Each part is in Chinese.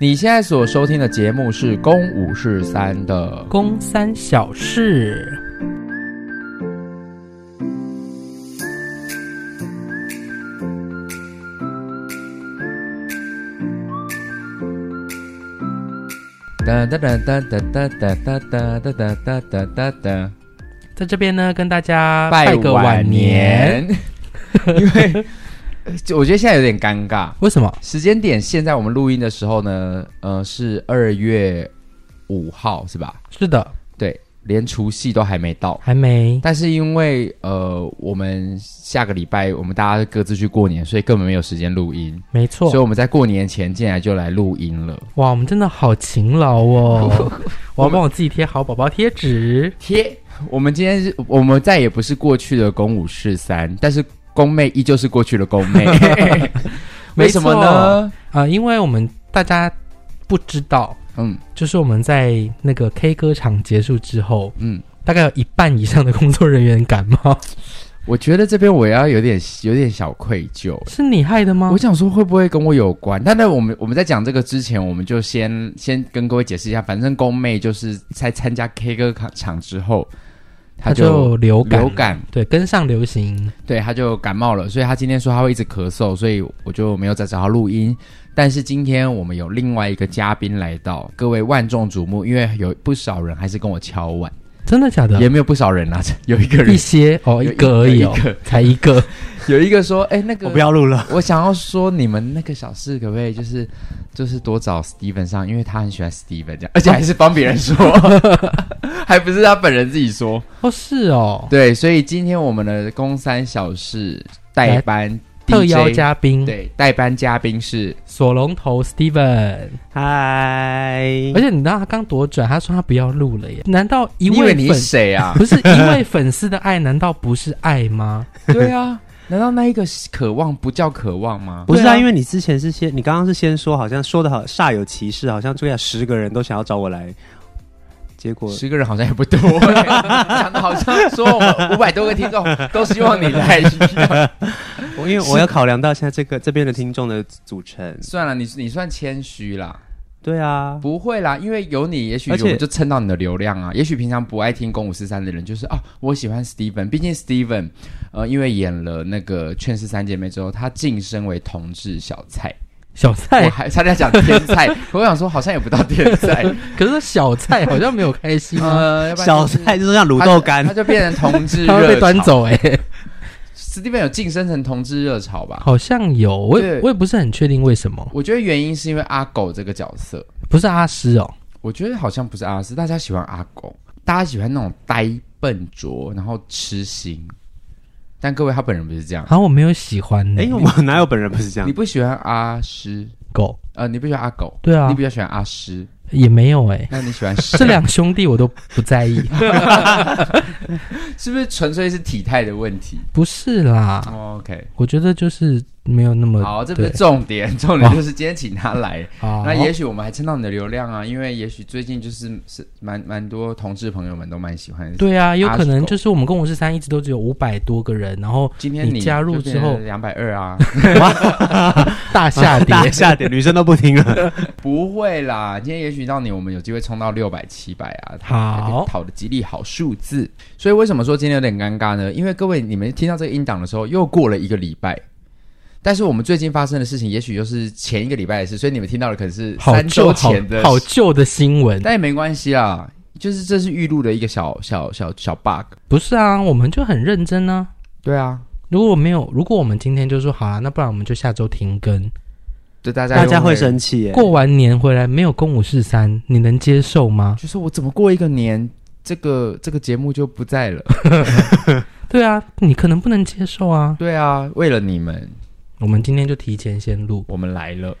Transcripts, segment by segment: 你现在所收听的节目是《公五是三》的公三小事。哒哒哒哒哒哒哒哒哒哒哒哒哒哒哒，在这边呢，跟大家拜个晚年。年，因为呃我觉得现在有点尴尬。为什么？时间点，现在我们录音的时候呢，呃，是二月五号，是吧？是的，对，连除夕都还没到。还没。但是因为呃，我们下个礼拜我们大家各自去过年，所以根本没有时间录音，没所以错。我们在过年前进来就来录音了。哇，我们真的好勤劳 哦！我要帮我自己贴好宝宝贴纸。贴，我们今天是我们再也不是过去的公五是三，但是公妹依旧是过去的公妹，为什么呢？啊、因为我们大家不知道，嗯就是我们在那个 K 歌场结束之后，嗯，大概有一半以上的工作人员感 冒，我觉得这边我要有点有点小愧疚。是你害的吗我？想说会不会跟我有关？但那我们我们在讲这个之前，我们就先先跟各位解释一下，反正宫妹就是在参加 K 歌场之后，她他就流感，流感，对，跟上流行。对，她就感冒了，所以她今天说她会一直咳嗽，所以我就没有再找她录音。但是今天我们有另外一个嘉宾来到，各位万众瞩目，因为有不少人还是跟我敲碗，真的假的？也没有不少人啦、有一个一人些哦，有一个而已哦有一个，才一个。有一个说，哎、那个我不要录了。 我想要说，你们那个小事可不可以就是就是多找 Steven 上，因为他很喜欢 Steven 这样，而且还是帮别人说，还不是他本人自己说。哦，是哦，对，所以今天我们的公三小事代班 DJ, 特邀嘉宾对代班嘉宾是锁龙头 Steven，嗨，嗯而且你知道他刚多转，他说他不要录了耶。难道一你以为位你粉是谁啊？ 不是一位粉丝的爱，难道不是爱 吗？对啊，难道那一个渴望不叫渴望吗？不是对啊，啊因为你之前是先，你刚刚是先说，好像说的好煞有其事，好像最下十个人都想要找我来，结果十个人好像也不多、 讲的好像说我们五百多个听众都希望你 来一样。我因为我要考量到现在这个这边的听众的组成，算了，你你算谦虚啦。对啊，不会啦，因为有你，也许我而且们就蹭到你的流量啊。也许平常不爱听《公五四三》的人，就是啊，我喜欢 Steven，毕竟 Steven，呃，因为演了那个《劝世三姐妹》之后，他晋升为同志小菜，小我蔡，还差点讲天菜，我想说好像也不到天菜，可是小蔡好像没有开心啊，呃，要不然小就是菜就是像卤他豆就他干，就变成同 志他会热被端潮。走哎、 Steven 有晋升成同志热潮吧？好像有，我也对我也不是很确定为什么，我觉得原因是因为阿狗这个角色，不是阿诗哦，我觉得好像不是阿斯，大家喜欢阿狗，大家喜欢那种呆笨拙，然后痴心。但各位他本人不是这样好，像我没有喜欢呢、哎、我哪有本人不是这样你？不喜欢阿诗，狗，呃，你不喜欢阿狗，对啊你比，较喜欢阿诗，也没有哎、那你喜欢这这两兄弟我都不在意， 是不是纯粹是体态的问题、不是啦，哦 OK，我觉得就是没有那么好，这不是啊呃对重点，重点就是今天请他来，好那也许我们还蹭到你的流量啊，因为也许最近就是是蛮蛮多同志朋友们都蛮喜欢。，对啊，有可能 Asko 就是我们跟五十三一直都只有五百多个人，然后今天你加入之后两百二 啊，大下跌，大下跌，女生都不听了。不会啦，今天也许到你，我们有机会冲到六百、七百啊，好还可以讨的吉利好数字。所以为什么说今天有点尴尬呢？因为各位你们听到这个音档的时候，又过了一个礼拜，但是我们最近发生的事情，也许又是前一个礼拜的事，所以你们听到的可能是好三旧周好前的，好旧的新闻，但也没关系啦，就是这是预录的一个小小小小 bug。不是啊，我们就很认真啊。对啊，如果没有，如果我们今天就说好了，那不然我们就下周停更，对大家大家会生，生气耶、过完年回来没有公五四三，你能接受吗？就是我怎么过一个年，这个这个节目就不在了。对啊，你可能不能接受啊。对啊，为了你们，我们今天就提前先录。我们来了。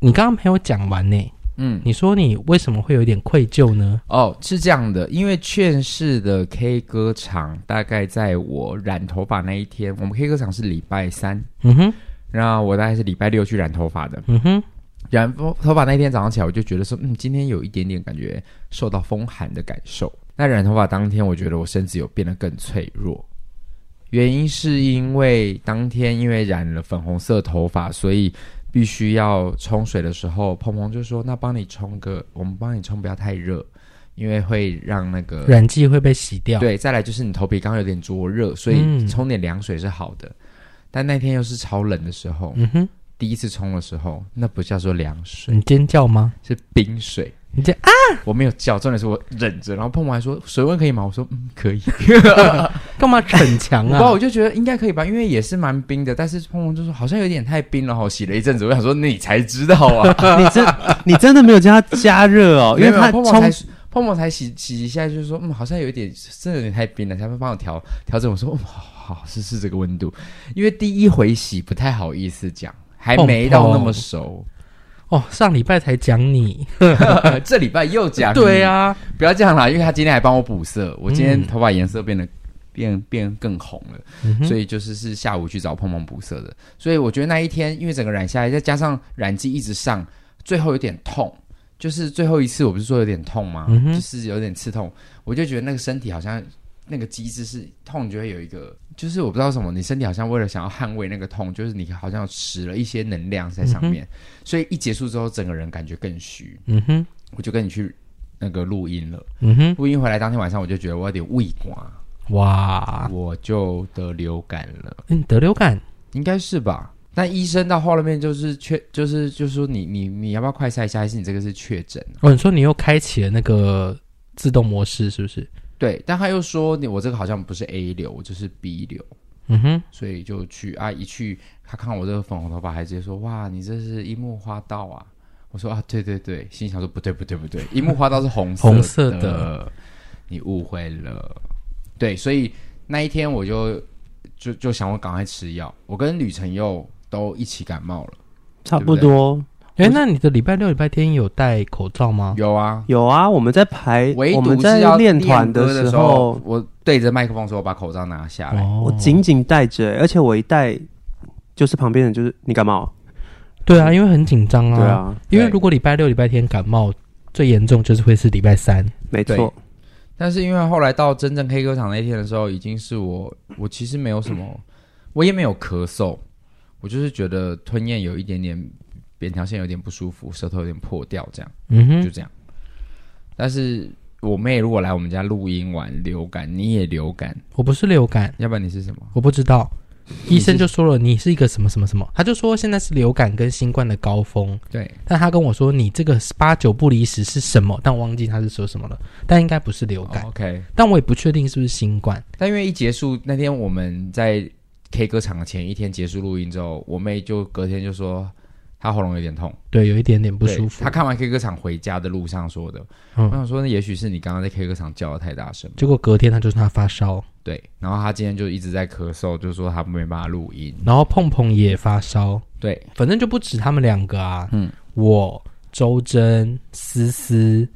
你刚刚没有讲完呢，嗯，你说你为什么会有一点愧疚呢？哦，是这样的，因为劝世的 K 歌场大概在我染头发那一天，我们 K 歌场是礼拜三，嗯哼，那我大概是礼拜六去染头发的。嗯哼，染头头发那天早上起来，我就觉得说，嗯，今天有一点点感觉受到风寒的感受。那染头发当天，我觉得我身子有变得更脆弱，原因是因为当天因为染了粉红色头发，所以。必须要冲水的时候，鹏鹏就说：“那帮你冲个，我们帮你冲，不要太热，因为会让那个染剂会被洗掉。，呃对，再来就是你头皮刚刚有点灼热，所以嗯冲点凉水是好的。但那天又是超冷的时候，嗯哼，第一次冲的时候，那不叫做凉水，你尖叫吗？是冰水。你这啊我没有叫，重点是我忍着。然后碰完还说水温可以吗？我说嗯可以。干嘛逞强 然后我啊？就觉得应该可以吧，因为也是蛮冰的。但是碰碰就说好像有点太冰了哈，洗了一阵子，我想说你才知道啊，你真 你真的没有加加热 哦，因为没有它碰碰冲才碰碰才洗洗一下，就是说嗯好像有点真的有点太冰了，他们帮我调调整。我说嗯好好是是这个温度，因为第一回洗不太好意思讲，还没到那么熟。哦，上礼拜才讲你， 这礼拜又 讲对啊，不要这样啦，因为他今天还帮我补嗯色，我今天头发颜色变得、变变更红了，嗯哼所以就是是下午去找碰碰补色的。所以我觉得那一天，因为整个染下来，再加上染剂一直上，最后有点痛。就是最后一次，我不是说有点痛吗？嗯哼就是有点刺痛，我就觉得那个身体好像那个机制是痛，就会有一个，就是我不知道什么，你身体好像为了想要捍卫那个痛，就是你好像使了一些能量在上面，所以一结束之后，整个人感觉更虚。嗯哼，我就跟你去那个录音了。嗯哼， 录音回来当天晚上，我就觉得我有点胃刮，哇，我就得流感了，嗯，得流感，应该是吧？但医生到后面就是确，就是就是说你你你要不要快筛一下，还是你这个是确诊？啊哦，你说你又开启了那个自动模式，是不是？对，但他又说你我这个好像不是 A 流，我就是 B 流，嗯哼，所以就去啊一去，他看我这个粉红头发，还直接说哇你这是樱木花道啊！我说啊对对对，心想说不对不对不 对，樱木花道是红色红色的的，你误会了。对，所以那一天我就就就想我赶快吃药，我跟吕晨佑都一起感冒了。差不多。哎，那你的礼拜六、礼拜天有戴口罩吗？有啊，有啊，我们在排，唯我独们是在要练团团的时候候，，我对着麦克风说我把口罩拿下来。哦我紧紧戴着、而且我一戴，就是旁边人就是你感冒，对啊，因为很紧张啊。对，啊，因为对如果礼拜六、礼拜天感冒，最严重就是会是礼拜三。没错，但是因为后来到真正 K 歌场那一天的时候，已经是我我其实没有什么，我也没有咳嗽，我就是觉得吞咽有一点点扁条线有点不舒服，舌头有点破掉这样。嗯就哼，这样。但是我妹如果来我们家录音玩流感，你也流感，我不是流感，要不然你是什么？我不知道。是医生就说了，你是一个什么什么什么，他就说现在是流感跟新冠的高峰，对，但他跟我说你这个八九不离十是什么，但我忘记他是说什么了，但应该不是流感， o k 但我也不确定是不是新冠。哦但因为一结束那天我们在 K 歌场的前一天结束录音之后，我妹就隔天就说她喉咙有点痛，对，有一点点不对舒服。她看完 K 歌场回家的路上说的。嗯我想说，那也许是你刚刚在 K 歌场叫的太大声。结果隔天他就是他发烧，对，然后她今天就一直在咳嗽，就说她没办法录音。然后碰碰也发烧，对，反正就不止他们两个啊，嗯嗯，我周真思思，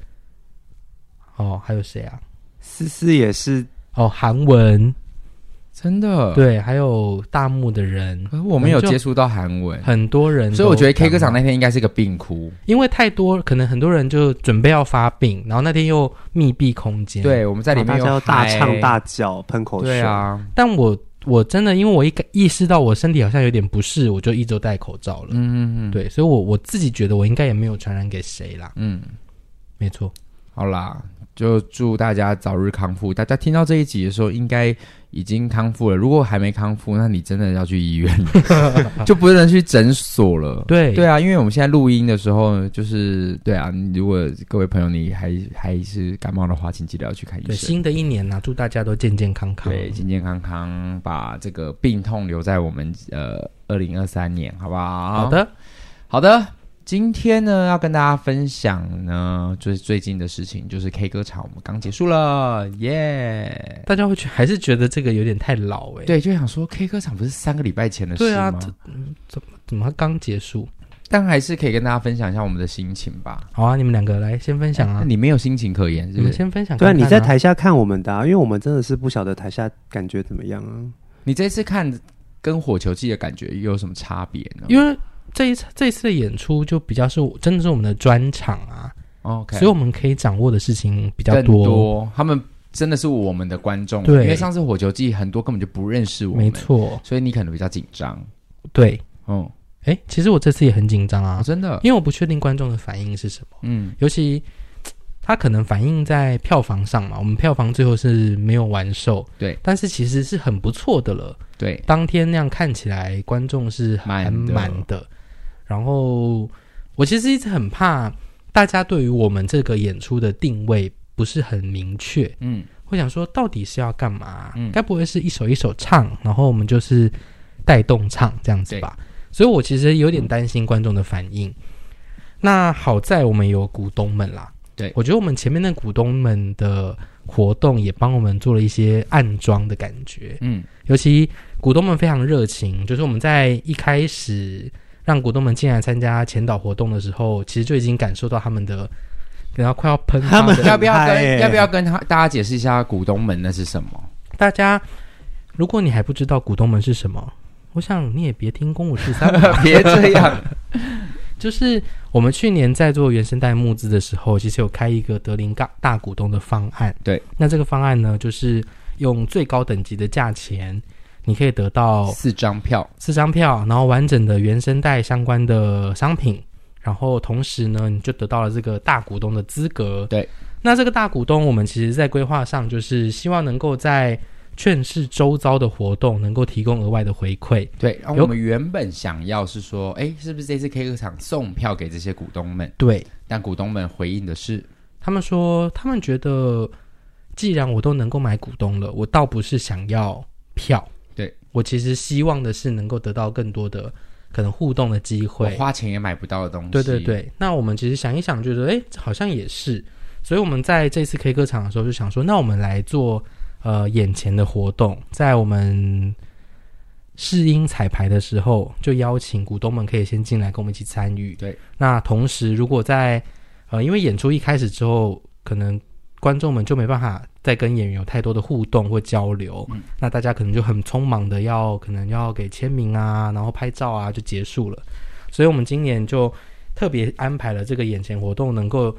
哦，还有谁啊？思思也是，哦，韩文，真的。，对，还有大幕的人，可是我没有我们就接触到韩文，很多人都感冒，啊所以我觉得 K 歌场那天应该是个病哭。因为太多，可能很多人就准备要发病，然后那天又密闭空间，。对，我们在里面大有家要大嗨唱大叫，喷口水，对啊，但我我真的因为我一感意识到我身体好像有点不适，我就一周戴口罩了。嗯嗯嗯，对，所以我我自己觉得我应该也没有传染给谁啦。嗯，没错，好啦，就祝大家早日康复。大家听到这一集的时候，应该已经康复了。如果还没康复，那你真的要去医院， 就不能去诊所了。对对啊，因为我们现在录音的时候，就是对啊，你如果各位朋友你还还是感冒的话，请记得要去看医对，生。新的一年呐、啊祝大家都健健康康。对，健健康康，把这个病痛留在我们呃二零二三年，好不好？好的，好的，今天呢要跟大家分享呢，就是最近的事情，就是 K 歌场我们刚结束了，耶、大家会觉还是觉得这个有点太老哎、对，就想说 K 歌场不是三个礼拜前的事对啊吗？这怎么刚结束？但还是可以跟大家分享一下我们的心情吧。好啊，你们两个来先分享那啊，哎你没有心情可言，是你不们是？先分享对啊，看看你在台下看我们的、啊，因为我们真的是不晓得台下感觉怎么样啊。你这次看跟火球季的感觉有什么差别呢？因为这一次这一次的演出就比较是我真的是我们的专场啊， OK，所以我们可以掌握的事情比较更多他们真的是我们的观众，对因为上次火球季很多根本就不认识我们，没，错，所以你可能比较紧张，对。嗯，哎，其实我这次也很紧张啊哦，，真的，因为我不确定观众的反应是什么，嗯尤其他可能反映在票房上嘛。我们票房最后是没有完售，对，但是其实是很不错的了。对，当天那样看起来，观众是还满的满的。然后我其实一直很怕大家对于我们这个演出的定位不是很明确，嗯会想说到底是要干嘛？嗯该不会是一首一首唱，然后我们就是带动唱这样子吧？所以我其实有点担心观众的反应。那好在我们有股东们啦，对我觉得我们前面的股东们的活动也帮我们做了一些暗装的感觉， 嗯尤其股东们非常热情，就是我们在一开始让股东们进来参加前导活动的时候，其实就已经感受到他们的，然后快要喷发他们的要不要很嗨跟欸耶要不要跟他大家解释一下股东们那是什么？ 大家，如果你还不知道股东们是什么，我想你也别听公五十三 吧。别这样，就是我们去年在做原生代募资的时候，其实有开一个德林大大股东的方案。对，那这个方案呢，就是用最高等级的价钱，你可以得到四张票，四张票，然后完整的原生代相关的商品，然后同时呢，你就得到了这个大股东的资格。对，那这个大股东，我们其实在规划上就是希望能够在劝世周遭的活动能够提供额外的回馈。对。然后有我们原本想要是说，哎，是不是这次 K 歌场送票给这些股东们？对但股东们回应的是，他们说，他们觉得既然我都能够买股东了，我倒不是想要票，对我其实希望的是能够得到更多的可能互动的机我会。花钱也买不到的东西。对对，对，那我们其实想一想，觉得哎，好像也是，所以我们在这次 K 歌场的时候就想说，那我们来做呃眼前的活动，在我们试音彩排的时候，就邀请股东们可以先进来跟我们一起参与。对，那同时如果在呃，因为演出一开始之后，可能观众们就没办法再跟演员有太多的互动或交流，嗯那大家可能就很匆忙的要可能要给签名啊，然后拍照啊，就结束了。所以我们今年就特别安排了这个眼前活动，能够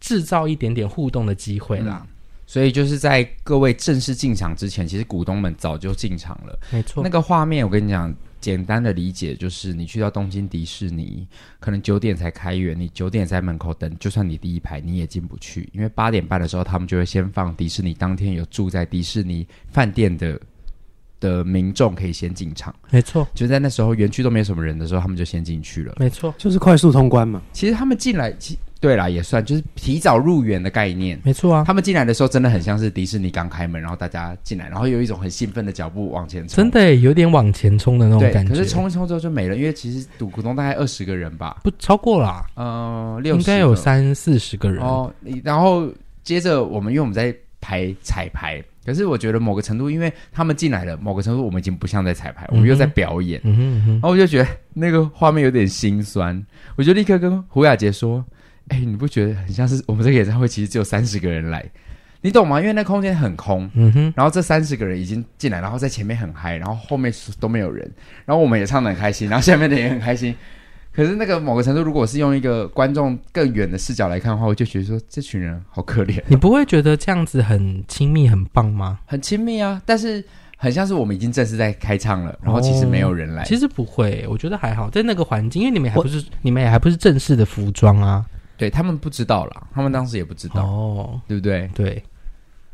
制造一点点互动的机会嗯啦。所以就是在各位正式进场之前，其实股东们早就进场了。没错那，个画面，我跟你讲，简单的理解就是，你去到东京迪士尼，可能九点才开园，你九点在门口等，就算你第一排你也进不去，因为八点半的时候他们就会先放迪士尼当天有住在迪士尼饭店的的民众可以先进场，没错，就在那时候园区都没有什么人的时候，他们就先进去了。没错，就是快速通关嘛。其实他们进来，其对啦也算，就是提早入园的概念。没错啊！他们进来的时候真的很像是迪士尼刚开门，然后大家进来，然后有一种很兴奋的脚步往前冲，真的耶欸有点往前冲的那种对，感觉，可是冲一冲之后就没了，因为其实赌股东大概二十个人吧，不超过啦，呃，六嗯应该有三四十个人。哦。然后接着我们因为我们在排彩排，可是我觉得某个程度，因为他们进来了，某个程度我们已经不像在彩排，我们又在表演，嗯哼嗯哼然，后我就觉得那个画面有点心酸，我就立刻跟胡雅杰说：“哎、你不觉得很像是我们这个演唱会其实只有三十个人来，你懂吗？因为那空间很空。”嗯哼，然后这三十个人已经进来，然后在前面很嗨，然后后面都没有人，然后我们也唱得很开心，然后下面的也很开心。可是那个某个程度，如果是用一个观众更远的视角来看的话，我就觉得说这群人好可怜，你不会觉得这样子很亲密、很棒吗？ 很亲密啊，但是很像是我们已经正式在开唱了，然后其实没有人来。其实不会，我觉得还好，在那个环境，因为你们还不是你们也还不是正式的服装啊。对他们不知道啦，他们当时也不知道，哦，对不对？对。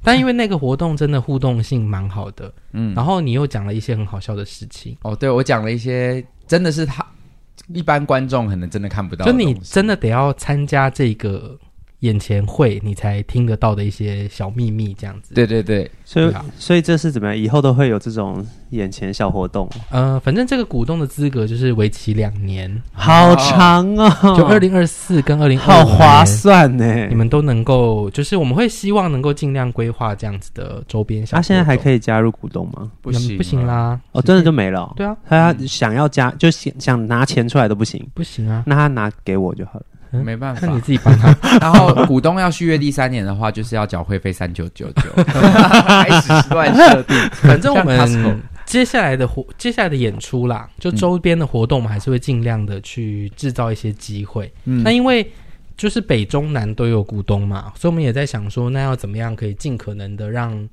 但因为那个活动真的互动性蛮好的，嗯，然后你又讲了一些很好笑的事情，哦，对我讲了一些真的是他一般观众可能真的看不到就的你东西真的得要参加这个眼前会，你才听得到的一些小秘密，这样子。对对对，所以对啊，所以这是怎么样？以后都会有这种眼前小活动，呃，反正这个股东的资格就是为期两年，好长哦，就二零二四跟二零好划算欸呢。你们都能够，就是我们会希望能够尽量规划这样子的周边小活动。他现在还以可以加入股东吗？不行啊不行啊了，啦，哦，真的就没了哦。对啊，他想要加，就想想拿钱出来都不行，不行啊，那他拿给我就好了。嗯没办法那你。自己帮他。然后股东要续约第三年的话，就是要缴会费三九九 九，开始乱设定。 反正我 像 Costco 们接下来的活，接下来的演出啦，就周边的活动，我们还是会尽量的去制造一些机会。嗯那因为就是北中南都有股东嘛，所以我们也在想说，那要怎么样可以尽可能的让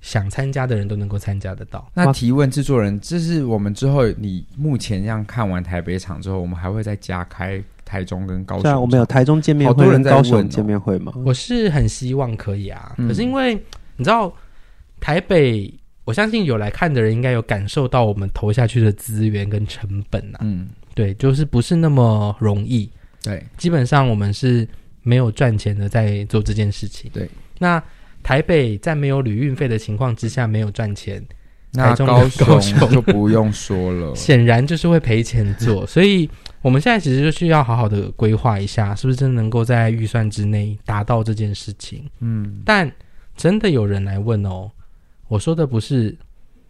想参加的人都能够参加得到。那提问制作人，这是我们之后你目前这样看完台北场之后，我们还会再加开台中跟高雄虽场。然我们有台中见面好会、多人在高问雄哦见面会嘛，我是很希望可以啊，嗯可是因为你知道台北，我相信有来看的人应该有感受到我们投下去的资源跟成本啊，嗯，对，就是不是那么容易。对，基本上我们是没有赚钱的在做这件事情。对，那台北在没有旅运费的情况之下没有赚钱，那台中高跟高雄雄。就不用说了 显然就是会赔钱 做，所以我们现在其实就需要好好的规划一下，是不是真的能够在预算之内达到这件事情。嗯，但真的有人来问哦，我说的不是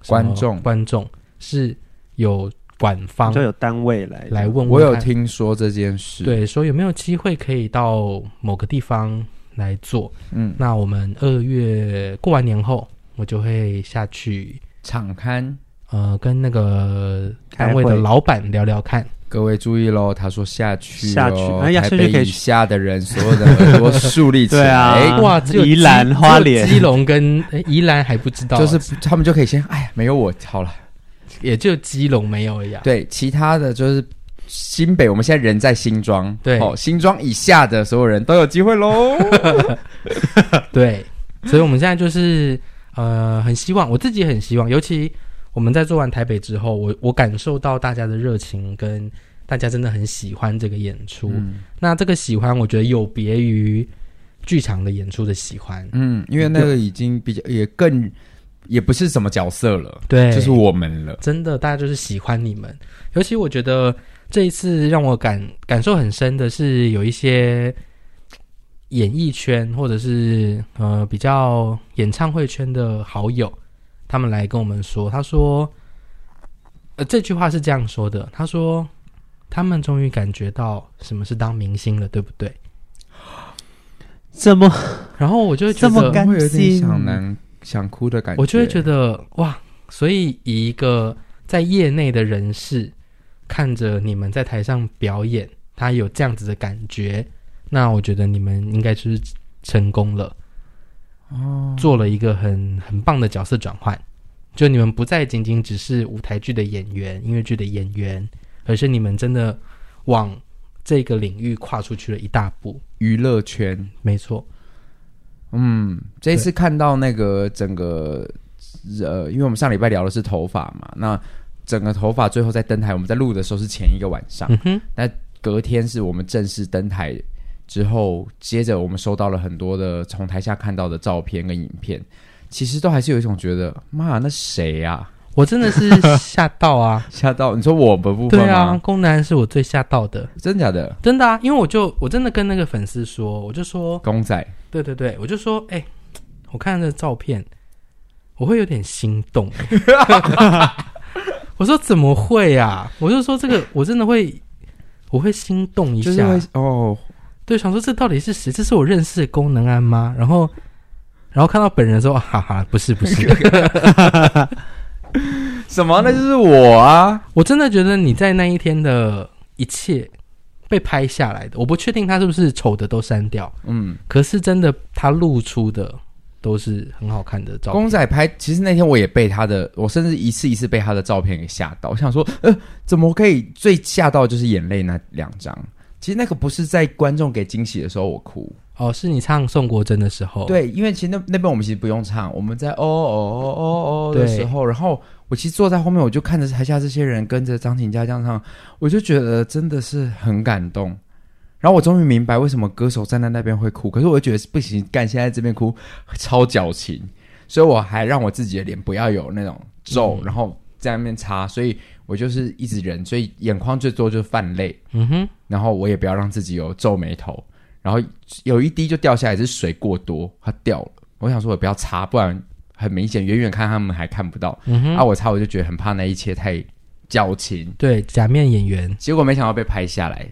什么观众观众是有管方就有单位来来问我有看听说这件事。，对说有没有机会可以到某个地方来做。嗯，那我们二月过完年后，我就会下去，场刊，呃，跟那个单开位会的老板聊聊看。各位注意喽，他说下去下去咯哎呀台下去可北以以下的人，所有的 耳朵竖立起对啊来。哎啊哇，只有宜基兰只有花莲基隆跟、诶宜兰还不知道，就是他们就可以先，哎呀，没有我好了。也就基隆没有啊呀、对，其他的就是新北，我们现在人在新庄，对哦，新庄以下的所有人都有机会喽。 对，所以我们现在就是呃，很希望我自己很希望，尤其我们在做完台北之后，我我感受到大家的热情跟大家真的很喜欢这个演出。嗯那这个喜欢，我觉得有别于剧场的演出的喜欢。嗯，因为那个已经比较也更也不是什么角色了，对，就是我们了。真的，大家就是喜欢你们。尤其我觉得这一次让我感感受很深的是，有一些演艺圈或者是呃比较演唱会圈的好友，他们来跟我们说，他说，呃，这句话是这样说的，他说。他们终于感觉到什么是当明星了，对不对？这么然后我就会觉得这么干会有点净想难想哭的感觉，我就会觉得哇，所以以一个在业内的人士看着你们在台上表演，他有这样子的感觉，那我觉得你们应该就是成功了，哦，做了一个很很棒的角色转换，就你们不再仅仅只是舞台剧的演员、音乐剧的演员，而是你们真的往这个领域跨出去了一大步。娱乐圈，没错，嗯，这一次看到那个整个呃，因为我们上礼拜聊的是头发嘛，那整个头发最后在登台，我们在录的时候是前一个晚上，嗯哼，隔天是我们正式登台之后，接着我们收到了很多的从台下看到的照片跟影片，其实都还是有一种觉得，妈，那谁呀、啊？！我真的是吓到啊吓到你说我们部分对吗？啊，宫南是我最吓到的。真假的？真的啊，因为我就我真的跟那个粉丝说，我就说，公仔，对对对，我就说，哎、我看这照片，我会有点心动。哎我说怎么会啊？我就说这个我真的会，我会心动一就是下。会哦，对，想说这到底是谁？这是我认识的功能安吗？然后，然后看到本人说，哈哈，不是不是， 什么？那就是我啊！我真的觉得你在那一天的一切被拍下来的，我不确定他是不是丑的都删掉。嗯，可是真的，他露出的都是很好看的照片。公仔拍，其实那天我也被他的，我甚至一次一次被他的照片给吓到。我想说，呃，怎么可以最吓到就是眼泪那两张？其实那个不是在观众给惊喜的时候我哭，哦，是你唱宋国珍的时候，，对，因为其实那那边我们其实不用唱，我们在哦哦哦哦哦的对时候，然后我其实坐在后面，我就看着台下这些人跟着张琴佳这样唱，我就觉得真的是很感动。然后我终于明白为什么歌手站在那边会哭，可是我又觉得不行，干现在这边哭超矫情，所以我还让我自己的脸不要有那种皱，嗯然后在那边擦，所以我就是一直忍，所以眼眶最多就是泛泪。嗯哼，然后我也不要让自己有皱眉头，然后有一滴就掉下来，是水过多，它掉了。我想说，我不要擦，不然很明显，远远看他们还看不到。嗯哼，啊，我擦，我就觉得很怕那一切太矫情，对，假面演员结果没想到被拍下来。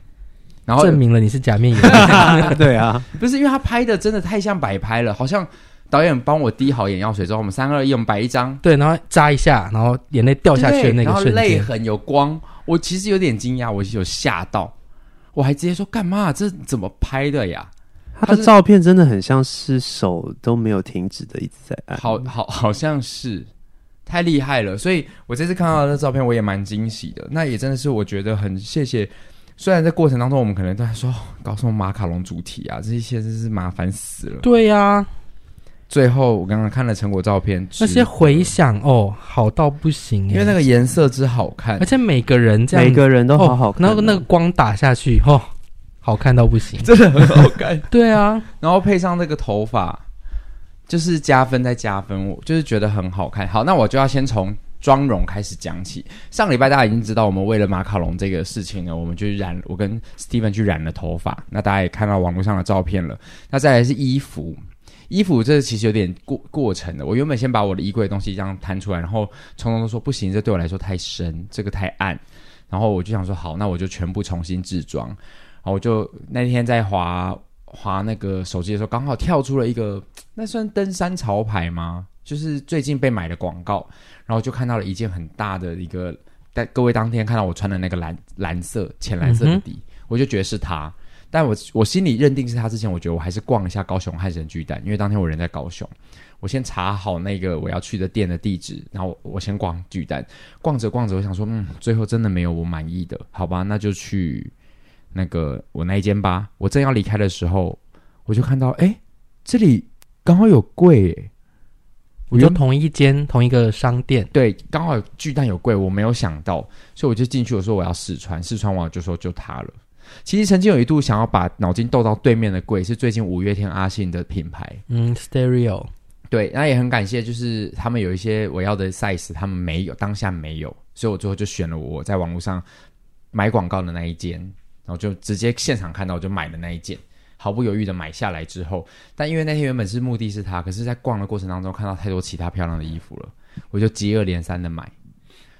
然后证明了你是假面 演员，对啊，不是因为他拍的真的太像摆拍了，好像导演帮我滴好眼药水之后，我们三二一，我们摆一张对，然后扎一下，然后眼泪掉下去的那对然个后瞬泪间，痕有光，我其实有点惊讶，我有吓到，我还直接说干嘛？这怎么拍的呀？他的照片真的很像是手都没有停止的一直在哎按。好好好像是太厉害了，所以我这次看到的照片我也蛮惊喜的。那也真的是我觉得很谢谢。虽然在过程当中我们可能都在说哦搞什么马卡龙主题啊，这些真是麻烦死了。对呀、最后我刚刚看了成果照片，值那些得回想哦，好到不行耶欸因为那个颜色之好看而，且每个人这样，每个人都好好哦看哦、那个那个光打下去，哦，好看到不行。真的很好看。对啊，然后配上那个头发，就是加分再加分，我就是觉得很好看。好，那我就要先从妆容开始讲起。上礼拜大家已经知道，我们为了马卡龙这个事情呢，我们去染，我跟 Steven 去染了头发。那大家也看到网络上的照片了。那再来是衣服。衣服这其实有点过过程的。我原本先把我的衣柜的东西这样摊出来，然后冲冲都说不行，这对我来说太深，这个太暗。然后我就想说好，那我就全部重新制装。然后我就那天在滑滑那个手机的时候，刚好跳出了一个，那算登山潮牌吗？就是最近被买的广告，然后就看到了一件很大的一个，但各位当天看到我穿的那个蓝蓝色浅蓝色的底，我就觉得是它。但我我心里认定是它之前，我觉得我还是逛一下高雄汉神巨蛋，因为当天我人在高雄，我先查好那个我要去的店的地址，然后我我先逛巨蛋，逛着逛着，我想说，嗯，最后真的没有我满意的，好吧，那就去那个我那一间吧。我正要离开的时候，我就看到，哎、这里刚好有柜、诶我我就原同一间同一个商店，对，刚好有巨蛋有柜，我没有想到，所以我就进去，我说我要试穿，试穿完我就说就它了。其实曾经有一度想要把脑筋斗到对面的柜，是最近五月天阿信的品牌，嗯，Stereo，对，那也很感谢，就是他们有一些我要的 size，他们没有，当下没有，所以我最后就选了我在网络上买广告的那一间，然后就直接现场看到我就买的那一件，毫不犹豫的买下来之后，但因为那天原本是目的是它，可是在逛的过程当中看到太多其他漂亮的衣服了，我就接二连三的买，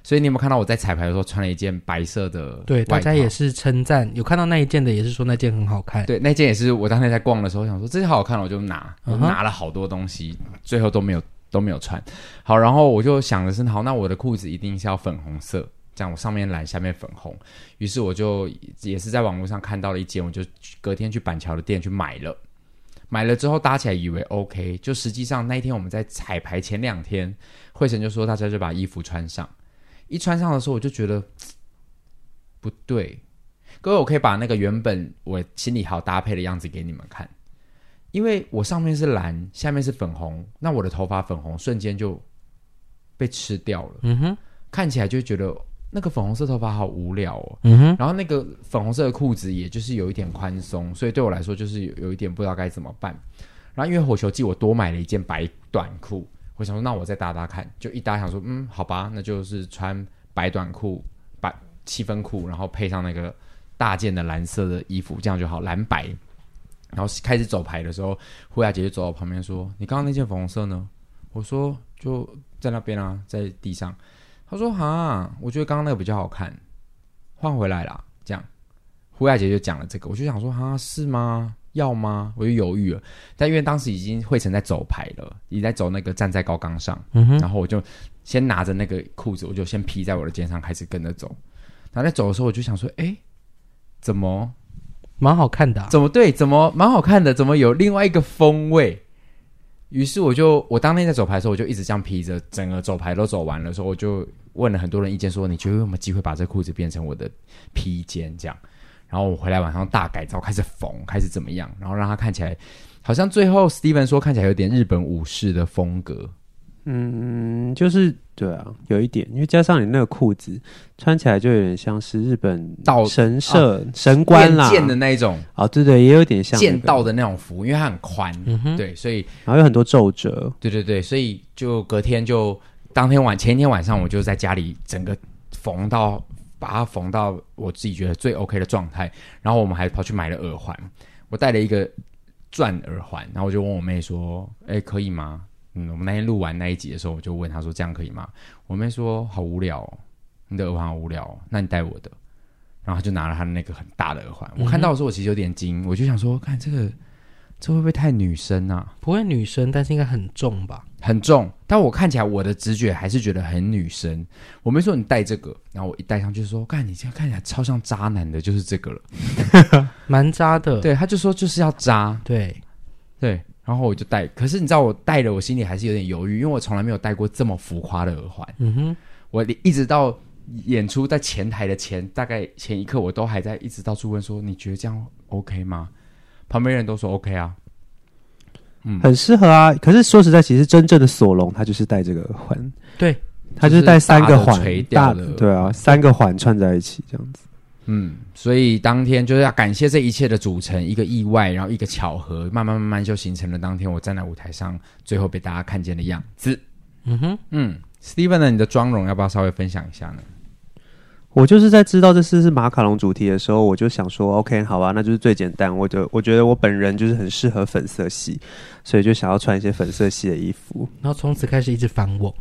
所以你有没有看到我在彩排的时候穿了一件白色的对，大外家套也是称赞，有看到那一件的也是说那件很好看。对，那件也是我当天在逛的时候想说这件好好看，我就拿，嗯我哼拿了好多东西，最后都没有都没有穿。好，然后我就想的是，好，那我的裤子一定是要粉红色，这样我上面蓝，下面粉红。于是我就也是在网络上看到了一件，我就隔天去板桥的店去买了。买了之后搭起来以为 OK，就实际上那一天我们在彩排前两天，慧晨就说大家就把衣服穿上，一穿上的时候我就觉得不对，各位我可以把那个原本我心里好搭配的样子给你们看，因为我上面是蓝，下面是粉红，那我的头发粉红瞬间就被吃掉了，嗯哼，看起来就觉得那个粉红色头发好无聊哦，嗯哼，然后那个粉红色的裤子，也就是有一点宽松，所以对我来说就是有有一点不知道该怎么办。然后因为火球季，我多买了一件白短裤，我想说那我再搭搭看，就一搭想说嗯好吧，那就是穿白短裤、白七分裤，然后配上那个大件的蓝色的衣服，这样就好，蓝白。然后开始走牌的时候，胡雅姐就走到我旁边说：“你刚刚那件粉红色呢？”我说：“就在那边啊，在地上。”她说：“哈，我觉得刚刚那个比较好看。”换回来啦，这样，胡雅姐就讲了这个，我就想说，哈，是吗？要吗？我就犹豫了，但因为当时已经惠成在走牌了，已经在走那个站在高岗上，嗯哼，然后我就先拿着那个裤子，我就先披在我的肩上，开始跟着走。然后在走的时候，我就想说，哎，怎么蛮好看的啊、怎么对，怎么蛮好看的，怎么有另外一个风味？于是我就我当天在走牌的时候，我就一直这样披着，整个走牌都走完了的时候，我就问了很多人意见说，你觉得有没有机会把这裤子变成我的披肩这样？然后我回来晚上大改造，开始缝，开始怎么样，然后让它看起来好像最后 Steven 说看起来有点日本武士的风格，嗯，就是对啊，有一点，因为加上你那个裤子穿起来就有点像是日本道神社、神官啦，剑的那一种哦，对对，也有点像那个嗯剑道，的那种服，因为它很宽，对，所以然后有很多皱褶，对对对，所以就隔天就当天晚前一天晚上，我就在家里整个缝到把它缝到我自己觉得最 OK 的状态。然后我们还跑去买了耳环，我戴了一个钻耳环，然后我就问我妹说：“哎，可以吗？”嗯，我们那天录完那一集的时候，我就问她说：“这样可以吗？”我妹说：“好无聊、哦，你的耳环好无聊、哦，那你戴我的。”然后她就拿了她的那个很大的耳环，我看到的时候我其实有点惊，我就想说，看这个这会不会太女生啊？不会女生，但是应该很重吧？很重，但我看起来我的直觉还是觉得很女生。我没说你戴这个，然后我一戴上去就说，看你这样看起来超像渣男的，就是这个了。蛮渣 的。对，他就说就是要渣，对对，然后我就戴。可是你知道我戴了，我心里还是有点犹豫，因为我从来没有戴过这么浮夸的耳环。嗯哼，我一直到演出在前台的前大概前一刻，我都还在一直到处问说，你觉得这样 OK 吗？旁边人都说 OK 啊，很适合啊。可是说实在，其实真正的索隆他就是戴这个环，对，他就是戴三个就是大环的垂，钓大的对啊，三个环串在一起这样子。嗯，所以当天就是要感谢这一切的组成，一个意外，然后一个巧合，慢慢慢慢就形成了当天我站在舞台上最后被大家看见的样子。嗯哼，嗯，Steven 呢，你的妆容要不要稍微分享一下呢？我就是在知道这次是马卡龙主题的时候，我就想说，OK，好吧，那就是最简单。我就我觉得我本人就是很适合粉色系，所以就想要穿一些粉色系的衣服。然后从此开始一直烦 我。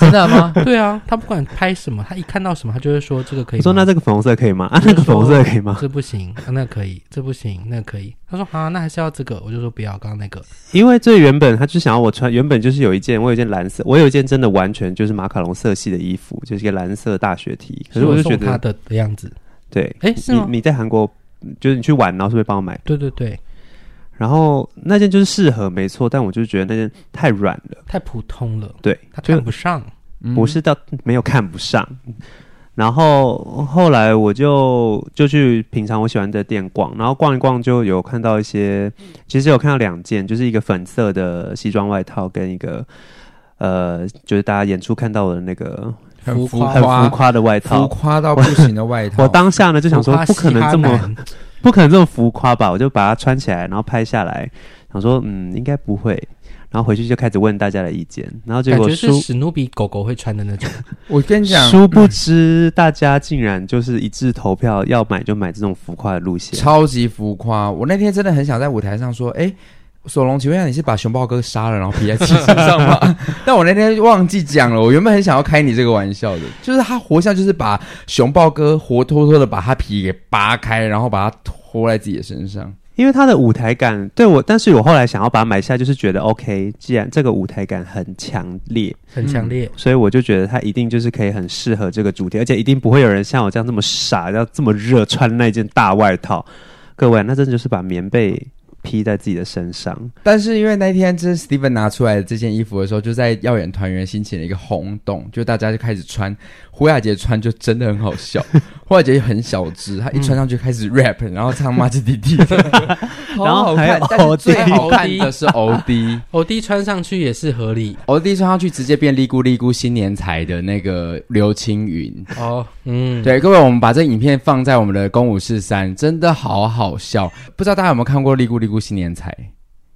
真的吗？对啊，他不管拍什么，他一看到什么，他就会说这个可以我吗。说那这个粉红色可以吗？啊，我 那就说个粉红色可以吗？这不行，啊、那可以，这不行，那可以。他说好、啊，那还是要这个。我就说不要，刚刚那个。因为这原本他就想要我穿，原本就是有一件，我有一件蓝色，我有一件真的完全就是马卡龙色系的衣服，就是一个蓝色大学 T。可是我就觉送他得，的的样子，对，哎，是吗你？你在韩国就是你去玩，然后是被帮我买。对对对，然后那件就是适合没错，但我就觉得那件太软了。太普通了，对，他就看不上。嗯不是到没有看不上。然后后来我就就去平常我喜欢的店逛，然后逛一逛就有看到一些，其实有看到两件，就是一个粉色的西装外套跟一个呃，就是大家演出看到的那个很浮浮夸很浮夸，夸的外浮套。夸到不行的外套。我当下呢就就想说，不可能这么不可能这么浮夸吧？我就把它穿起来，然后拍下来，想说嗯应该不会，然后回去就开始问大家的意见，然后结感果觉书是史努比狗狗会穿的那种。我跟你讲，殊不知大家竟然就是一致投票，要买就买这种浮夸的路线。超级浮夸。我那天真的很想在舞台上说，哎、索隆，请问一下，你是把熊抱哥杀了，然后披在自己身上吗？但我那天忘记讲了，我原本很想要开你这个玩笑的，就是他活像就是把熊抱哥活脱脱的把他皮给扒开，然后把他拖在自己的身上。因为它的舞台感对我，但是我后来想要把它买下，就是觉得 OK，既然这个舞台感很强烈，很强烈。所以我就觉得它一定就是可以很适合这个主题，而且一定不会有人像我这样这么傻，要这么热穿那件大外套。各位，那真的就是把棉被披在自己的身上。但是因为那天就是 Steven 拿出来这件衣服的时候，就在耀眼团圆掀起了一个轰动，就大家就开始穿。胡雅杰穿就真的很好 笑，胡雅杰很小只，她一穿上去开始 rap，、然后唱妈吉弟弟， 然后还有好好看但是最 OD 好看的是 OD，OD 欧弟哦穿上去也是合理穿上去直接变利咕利咕新年财的那个刘青云。哦，嗯，对，各位，我们把这影片放在我们的公五四三，真的好好笑。不知道大家有没有看过《利咕利咕新年财》？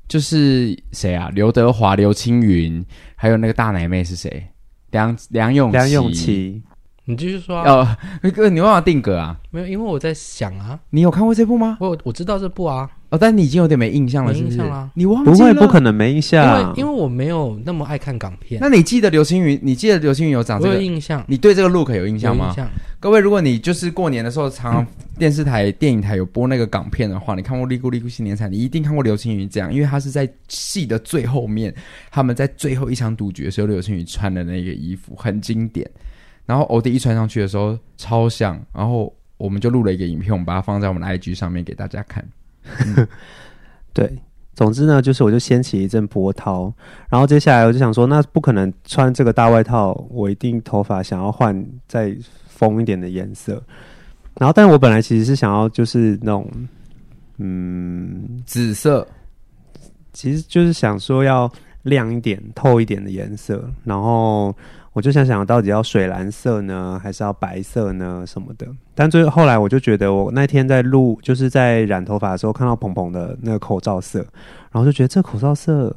就是谁啊？刘德华、刘青云，还有那个大奶妹是谁？梁梁咏梁咏。琪，你继续说啊，哦，哥，你忘了定格啊？没有，因为我在想啊，你有看过这部吗？我我知道这部啊，哦，但你已经有点没印象了，没是不印是象啦？你忘不记会，了？不可能没印因象为。因为我没有那么爱看港片，啊那你记得刘青云？你记得刘青云有长我这有个？印象，你对这个 look 有印印象吗？印象各位，如果你就是过年的时候，常常电视台、电影台有播那个港片的话，你看过《利咕利咕新年彩》，你一定看过刘青云这样，因为他是在戏的最后面，他们在最后一场赌局的时候，刘青云穿的那个衣服很经典。然后欧弟一穿上去的时候超像，然后我们就录了一个影片，我们把它放在我们的 IG 上面给大家看。对，总之呢，就是我就掀起一阵波涛，然后接下来我就想说，那不可能穿这个大外套，我一定头发想要换再疯一点的颜色。然后，但我本来其实是想要就是那种，嗯，紫色，其实就是想说要亮一点、透一点的颜色。然后我就想想到底要水蓝色呢，还是要白色呢什么的。但最后来我就觉得，我那天在录就是在染头发的时候，看到鹏鹏的那个口罩色，然后就觉得这口罩色。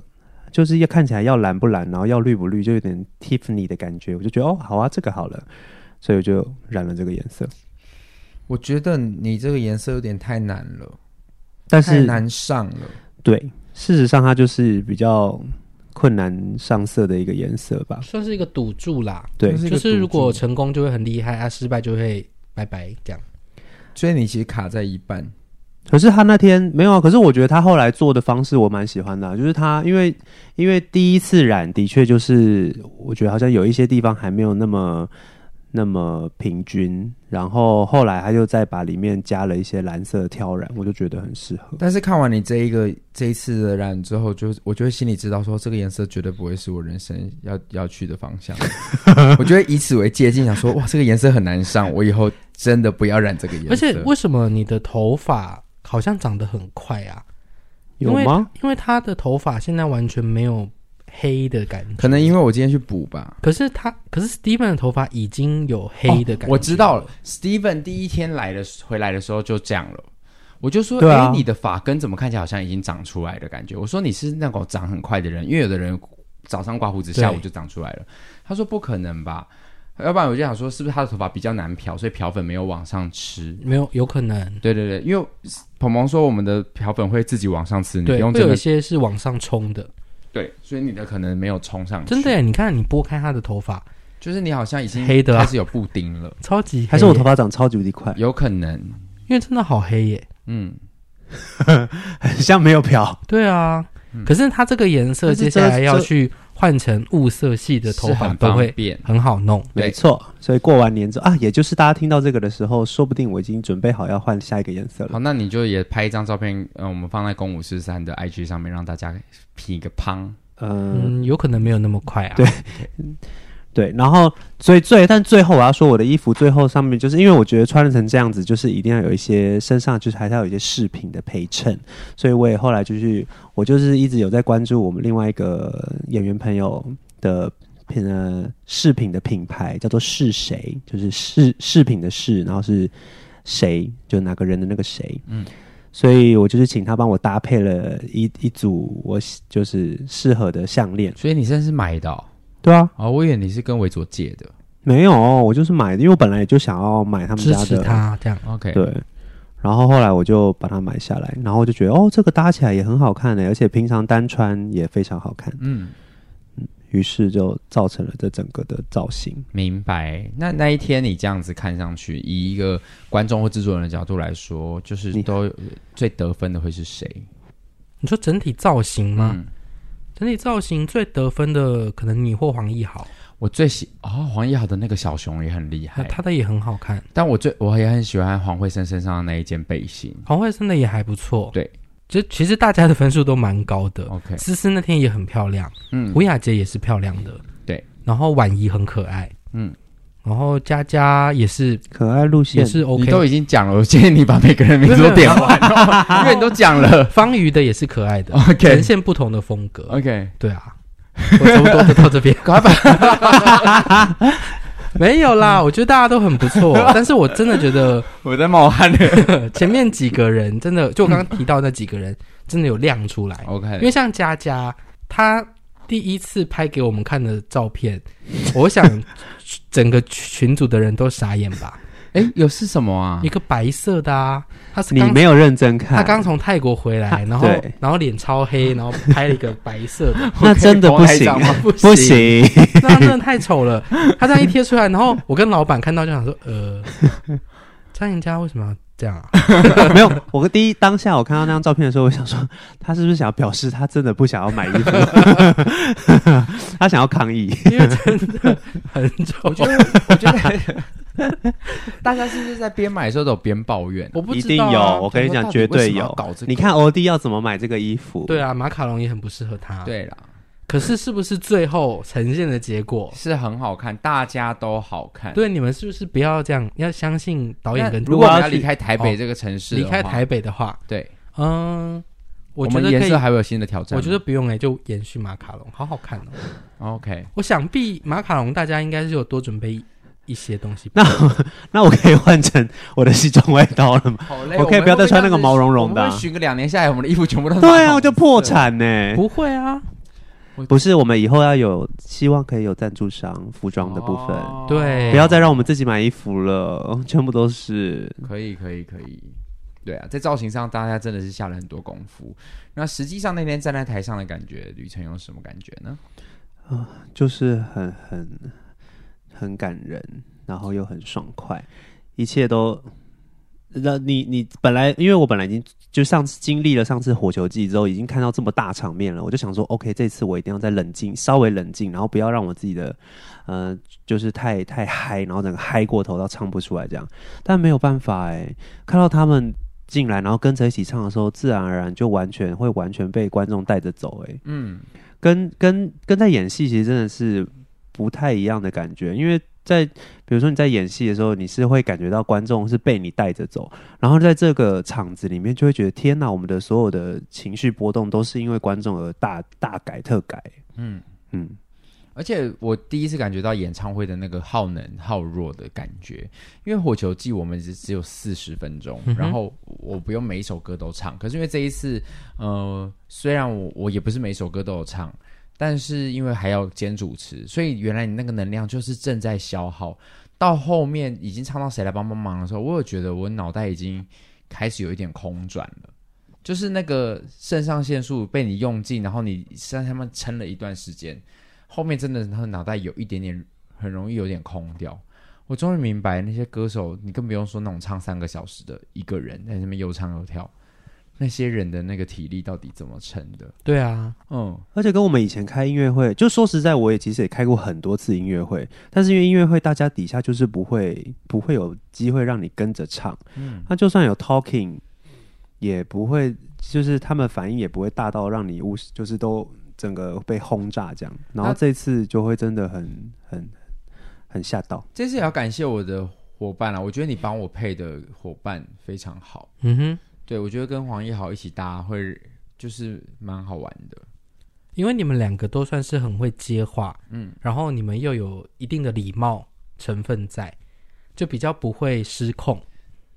就是要看起来要蓝不蓝，然后要绿不绿，就有点 Tiffany 的感觉。我就觉得哦，好啊，这个好了，所以我就染了这个颜色。我觉得你这个颜色有点太难了，但太是难上了。对，事实上它就是比较困难上色的一个颜色吧。算是一个赌注啦，对就，是一个就是如赌果注成功就会很厉害啊，失败就会拜拜这样。所以你其实卡在一半。可是他那天没有啊，可是我觉得他后来做的方式我蛮喜欢的啊、就是他因为因为第一次染的确就是我觉得好像有一些地方还没有那么那么平均，然后后来他就再把里面加了一些蓝色的挑染，我就觉得很适合。但是看完你这一个这一次的染之后，就我就会心里知道说，这个颜色绝对不会是我人生要要去的方向。 我就会以此为借鉴，想说哇，这个颜色很难上，我以后真的不要染这个颜色。而且为什么你的头发好像长得很快啊？因有为吗？？因为他的头发现在完全没有黑的感觉，可能因为我今天去补吧。可是他，可是 Steven 的头发已经有黑的感觉、哦我知道了。，Steven 第一天来的时回来的时候就这样了。我就说，对哎、啊你的发根怎么看起来好像已经长出来的感觉？我说你是那种长很快的人，因为有的人早上刮胡子，对下午就长出来了。他说不可能吧，要不然我就想说，是不是他的头发比较难漂，所以漂粉没有往上吃？没有，有可能对对对，因为鹏鹏说我们的漂粉会自己往上吃，你不对，用会真有的一些是往上冲的，对，所以你的可能没有冲上去。真的耶！你看，你拨开他的头发，就是你好像已经黑的啊开始有布丁了，超级黑耶还是我头，发长超级无敌 快，有可能，因为真的好黑耶。嗯，很像没有漂。对啊，可是他这个颜色但是接下来这要这去换成雾色系的头是发很都方会便。很好弄。对没错，所以过完年之后啊，也就是大家听到这个的时候，说不定我已经准备好要换下一个颜色了好，。那你就也拍一张照片，呃，我们放在公五四三的 IG 上面，让大家评个乓。嗯，嗯，有可能没有那么快啊。对对，然后所以最但最后我要说，我的衣服最后上面就是因为我觉得穿成这样子，就是一定要有一些身上就是还是要有一些饰品的陪衬，所以我也后来就是我就是一直有在关注我们另外一个演员朋友的。品呃饰品的品牌叫做是谁，就是饰饰品的饰，然后是谁，就哪个人的那个谁，嗯，所以我就是请他帮我搭配了一一组我喜就是适合的项链，所以你现在是买的哦，对啊，哦我以为你是跟维佐借的。没有，我就是买的，因为我本来也就想要买他们支家持的，他这样。 OK，对。然后后来我就把它买下来，然后我就觉得哦，这个搭起来也很好看呢，而且平常单穿也非常好看，嗯，于是就造成了这整个的造型。明白。那那一天你这样子看上去，以一个观众或制作人的角度来说，就是你都最得分的会是谁？你说整体造型吗？嗯，整体造型最得分的可能你或黄奕豪，我最喜哦，黄奕豪的那个小熊也很厉那害，他的也很好看，但我最我也很喜欢黄慧生身上的那一件背心。黄慧生的也还不错。对，其实其实大家的分数都蛮高的。 OK，思思那天也很漂亮，嗯吴，雅洁也是漂亮的，对。然后婉仪很可爱，嗯，然后佳佳也是可爱路线也是你都 OK，已经讲了，我建议你把每个人名字都点完，哦 因为你都讲了。方瑜的也是可爱的哦 OK 呈现不同的风格。 OK，对啊，我差不多就到这 边，赶快把 没有啦，我觉得大家都很不错， 但是我真的觉得 我在冒汗了。前面几个人真的，就我刚刚提到那几个人，真的有亮出来。因 OK，为像佳佳，她第一次拍给我们看的照片，我想整个群组的人都傻眼吧。哎，有是什么啊一？个白色的啊，她是你刚没有认真看，她刚从泰国回来，然后对然后脸超 黑，然后拍了一个白色的，那真的不行， 不啊不，行， 那她真的太丑了。她这样一贴出来，然后我跟老板看到就想说， 呃，张颖佳为什么要这样啊？ 没有。我第一当下我看到那张照片的时候，我想说 他是不是想要表示他真的不想要买衣服， 他想要抗议。因为真的很丑我。觉得，我觉得大家是不是在边买的时候都有边抱怨？我不一知定道啊、有，我跟你想说讲，绝到底为对什么要有搞这。个你看欧弟要怎么买这个衣服？对，啊，马卡龙也很不适合她。对啦，可是是不是最后呈现的结果？是很好看，大家都好看。对，你们是不是不要这样？要相信导演那跟如果如我果要哦要去离开台北这个城市，离开台，北的话，对，嗯，我我觉们得颜可以色，还会有新的挑战吗。我觉得不用哎、就延续马卡龙，好好看哦。 OK，我想必马卡龙大家应该是有多准备一一些东西吧。那我 那我可以换成我的西装外套了吗？好累我可以不要再穿那个毛茸茸的啊我们会循个两年下来，我们的衣服全部都是对毛啊，茸我就破产呢、不会啊，不是，我们以后要有希望可以有赞助商服装的部分，哦对不要再让我们自己买衣服了，全部都是。可以，可以，可以。对啊，在造型上大家真的是下了很多功夫。那实际上那天站在台上的感觉，吕晨有什么感觉呢？就是很很很感人，然后又很爽快，一切都那你你本来因为我本来已经就上次经历了上次火球季之后，已经看到这么大场面了，我就想说，OK，这次我一定要再冷静，稍微冷静，然后不要让我自己的呃就是太太嗨，然后整个嗨过头到唱不出来这样。但没有办法哎、看到他们进来，然后跟着一起唱的时候，自然而然就完全会完全被观众带着走哎、嗯，跟跟跟在演戏其实真的是不太一样的感觉，因为在比如说你在演戏的时候，你是会感觉到观众是被你带着走，然后在这个场子里面就会觉得天哪，我们的所有的情绪波动都是因为观众而大大改特改，嗯嗯，而且我第一次感觉到演唱会的那个耗能耗弱的感觉，因为火球季我们只只有四十分钟，嗯哼然后我不用每一首歌都唱，可是因为这一次，呃，虽然我我也不是每一首歌都有唱，但是因为还要兼主持，所以原来你那个能量就是正在消耗。到后面已经唱到谁来帮帮忙的时候，我有觉得我脑袋已经开始有一点空转了。就是那个肾上腺素被你用尽，然后你让他们撑了一段时间，后面真的他的脑袋有一点点很容易有点空掉。我终于明白那些歌手，你更不用说那种唱三个小时的一个人在那边又唱又跳，那些人的那个体力到底怎么撑的？对啊，嗯，而且跟我们以前开音乐会，就说实在，我也其实也开过很多次音乐会，但是因为音乐会大家底下就是不会不会有机会让你跟着唱，嗯，那就算有 talking，也不会就是他们反应也不会大到让你无就是都整个被轰炸这样，然后那这次就会真的很很很吓到，这次也要感谢我的伙伴啊啦，我觉得你帮我配的伙伴非常好。嗯哼，对，我觉得跟黄一豪一起搭会就是蛮好玩的。因为你们两个都算是很会接话，嗯嗯，然后你们又有一定的礼貌成分在，就比较不会失控，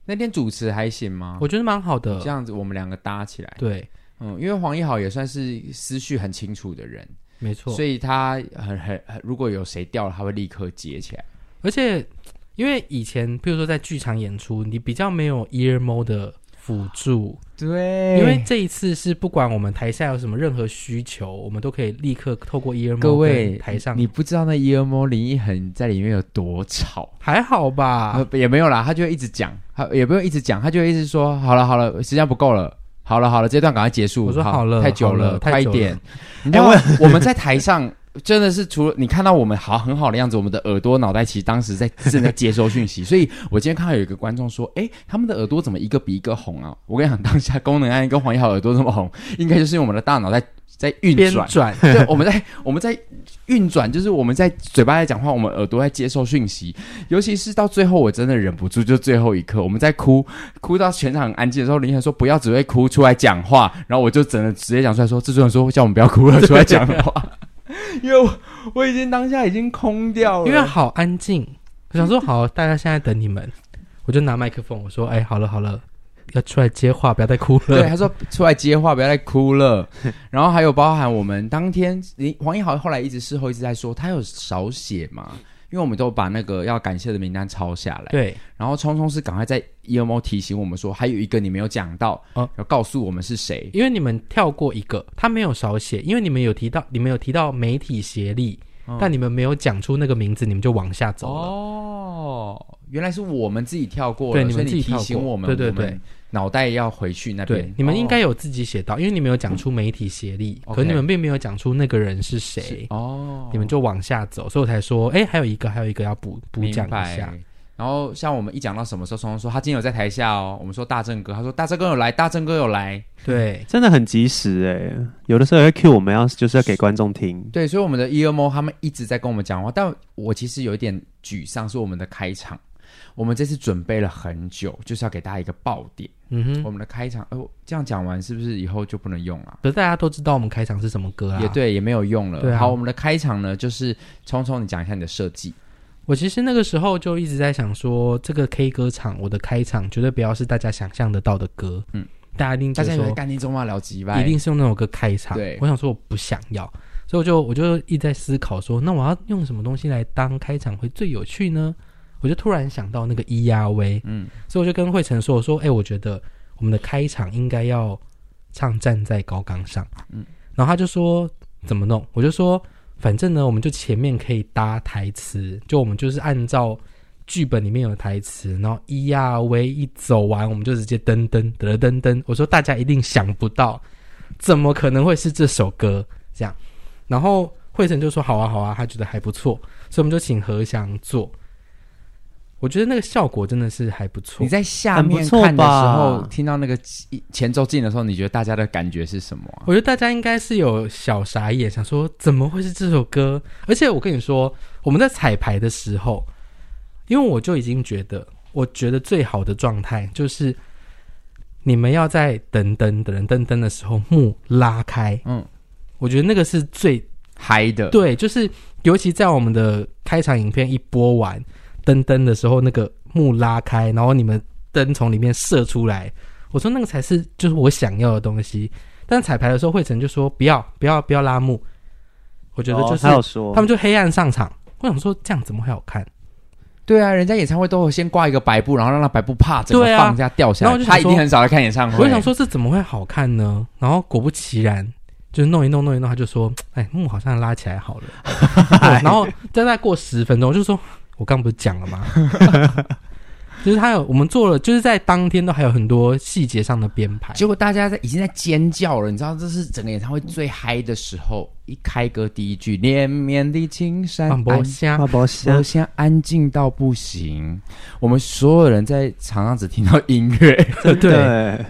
那天主持还行吗？我觉得蛮好的啊这。样子我们两个搭起来，对，嗯，因为黄一豪也算是思绪很清楚的人，没错所。以他很很很，如果有谁掉了，他会立刻接起来。而且因为以前，比如说在剧场演出，你比较没有 ear mode 的辅助，对因为这一次是不管我们台下有什么任何需求，我们都可以立刻透过 ear mode 各位跟台上你不知道那 EMO 林依恒在里面有多吵。还好吧啊？，也没有啦，他就会一直讲，他也不用一直讲，他就会一直说，好了好了，时间不够了，好了好了，这段赶快结束。我说好好了太久好了快太一久了 哎点。你知道我们在台上真的是除了你看到我们好很好的样子，我们的耳朵、脑袋其实当时在正在接收讯息。所以我今天看到有一个观众说，哎、他们的耳朵怎么一个比一个红啊？我跟你讲，当下功能按跟黄一豪耳朵这么红，应该就是因为我们的大脑在在运边转。转， 对，我们在我们在运转，就是我们在嘴巴在讲话，我们耳朵在接受讯息。尤其是到最后，我真的忍不住，就最后一刻，我们在哭，哭到全场很安静的时候，林肯说不要只会哭，出来讲话。然后我就只能直接讲出来说，制作人说叫我们不要哭了，出来讲话。 因为我我已经当下已经空掉了，因为好安静。我想说 好，大家现在等你们，我就拿麦克风，我说哎，好了好了，要出来接话，不要再哭对，了。他说出来接话，不要再哭了。然后还有包含我们当天，林黄一豪后来一直事后一直在说，他有少写嘛，因为我们都把那个要感谢的名单抄下来。对，然后聪聪是赶快在 EMO 提醒我们说，还有一个你没有讲到，哦要告诉我们是谁。因为你们跳过一个，他没有少写，因为你们有提到，你们有提到媒体协力，但你们没有讲出那个名字，你们就往下走了。哦，原来是我们自己跳过了，对你所们以你自己提跳过醒我们，对对我们对脑袋要回去那对哦边。，你们哦应该有自己写到，因为你们有讲出媒体协力， OK 可你们并没有讲出那个人是谁，哦，你们就往下走，所以我才说，哎，还有一个，还有一个要补补明讲白一下。。然后像我们一讲到什么时候，聪聪说他今天有在台下哦，我们说大正哥，他说大正哥有来，大正哥有来。对，真的很及时哎、有的时候也会 cue 我们要就是要给观众听，对，所以我们的 EMO 他们一直在跟我们讲话，但我其实有一点沮丧，是我们的开场，我们这次准备了很久，就是要给大家一个爆点。嗯哼，我们的开场，哦，这样讲完是不是以后就不能用了、可是大家都知道我们开场是什么歌啊？也，对，也没有用了。对啊好，我们的开场呢，就是聪聪，你讲一下你的设计。我其实那个时候就一直在想说，这个 K 歌场，我的开场绝对不要是大家想象得到的歌，嗯嗯，大家一定大觉家得以为说干你中嘛聊几吧，一定是用那首歌开场，对我想说我不想要，所以我就我就一直在思考说，那我要用什么东西来当开场会最有趣呢？我就突然想到那个咿呀喂，嗯，所以我就跟慧晨说：“我说，哎、我觉得我们的开场应该要唱《站在高岗上》。”嗯嗯，然后他就说：“怎么弄？”我就说：“反正呢，我们就前面可以搭台词，就我们就是按照剧本里面有台词，然后一呀喂一走完，我们就直接噔噔得噔噔。我说大家一定想不到，怎么可能会是这首歌这样？然后惠成就说好啊好啊，他觉得还不错，所以我们就请何翔做。我觉得那个效果真的是还不错你。在下很不面错看的时吧候，听到那个前前奏进的时候，你觉得大家的感觉是什么啊、我觉得大家应该是有小傻眼，想说怎么会是这首歌？而且我跟你说，我们在彩排的时候，因为我就已经觉得，我觉得最好的状态就是你们要在等等等等等的时候幕拉开，嗯，我觉得那个是最嗨的，，对，就是尤其在我们的开场影片一播完灯灯的时候，那个幕拉开，然后你们灯从里面射出来，我说那个才是就是我想要的东西。但彩排的时候，惠成就说不要不要不要拉幕，我觉得就是、哦他有说他们就黑暗上场。我想说这样怎么会好看？对啊，人家演唱会都会先挂一个白布，然后让那白布啪整个对啊放下掉下然后来，我就想他一定说很少来看演嗯唱会。我就想，说这怎么会好看呢？然后果不其然，就是弄一弄弄一弄，他就说：“哎，幕好像拉起来 好了。对”然后再再过十分钟，我就说：“我刚不是讲了吗？” 就是他有我们做了，就是在当天都还有很多细节上的编排。结果大家在已经在尖叫了，你知道这是整个演唱会最嗨的时候，一开歌第一句“连绵的青山啊，安博虾花包虾我，现在安静到不行，我们所有人在场上只听到音乐。对，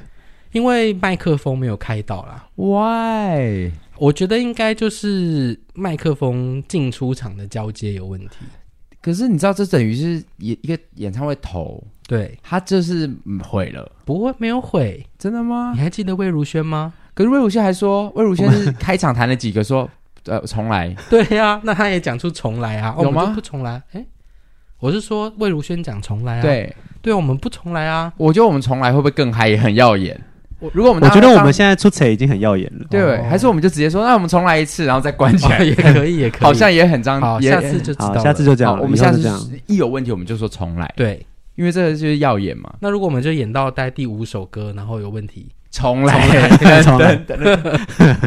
因为麦克风没有开到啦， Why？我觉得应该就是麦克风进出场的交接有问题。可是你知道，这等于是一一个演唱会头，对，他就是嗯毁了。不会没有毁。真的吗你？还记得魏如萱吗？可是魏如萱还说，魏如萱是开场弹了几个说，呃，重来。 对呀、那他也讲出重来啊，哦有我们吗就不重来，哎、我是说魏如萱讲重来啊，，对，对，我们不重来 啊，我觉得我们重来会不会更嗨，也很耀眼。如果我们我大家觉得我当们现在出彩已经很耀眼了。对，哦还是我们就直接说，那我们重来一次，然后再关起来哦，也可以，也可以， 好像也很张，好，也下次就知道好，了，下次就这样好了，我们以后下就次这样。一有问题我们就说重来，对。因为这个就是耀眼嘛。那如果我们就演到大概第五首歌，然后有问题，重来，重来等等等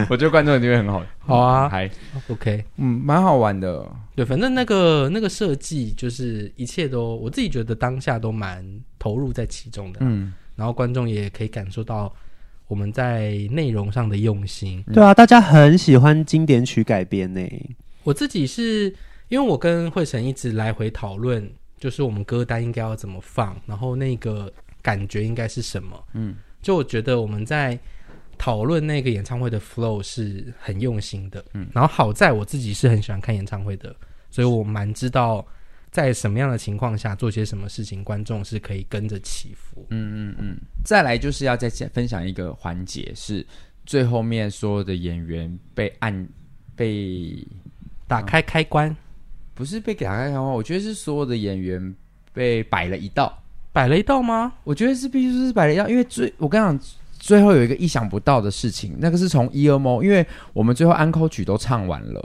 我觉得观众一定会很好，好啊还，OK，嗯，蛮好玩的。对，反正那个那个设计就是一切都，我自己觉得当下都蛮投入在其中的，嗯，然后观众也可以感受到我们在内容上的用心，对啊，大家很喜欢经典曲改编呢。我自己是因为我跟慧晨一直来回讨论，就是我们歌单应该要怎么放，然后那个感觉应该是什么。嗯，就我觉得我们在讨论那个演唱会的 flow 是很用心的。嗯，然后好在我自己是很喜欢看演唱会的，所以我蛮知道在什么样的情况下做些什么事情，观众是可以跟着起伏。嗯，再来就是要再加分享一个环节，是最后面所有的演员被按被打嗯开开关，不是被打开开花，我觉得是所有的演员被摆了一道。摆了一道吗？我觉得是必须是摆了一道，因为最我跟你讲，最后有一个意想不到的事情，那个是从 emo，因为我们最后安 n 曲都唱完了。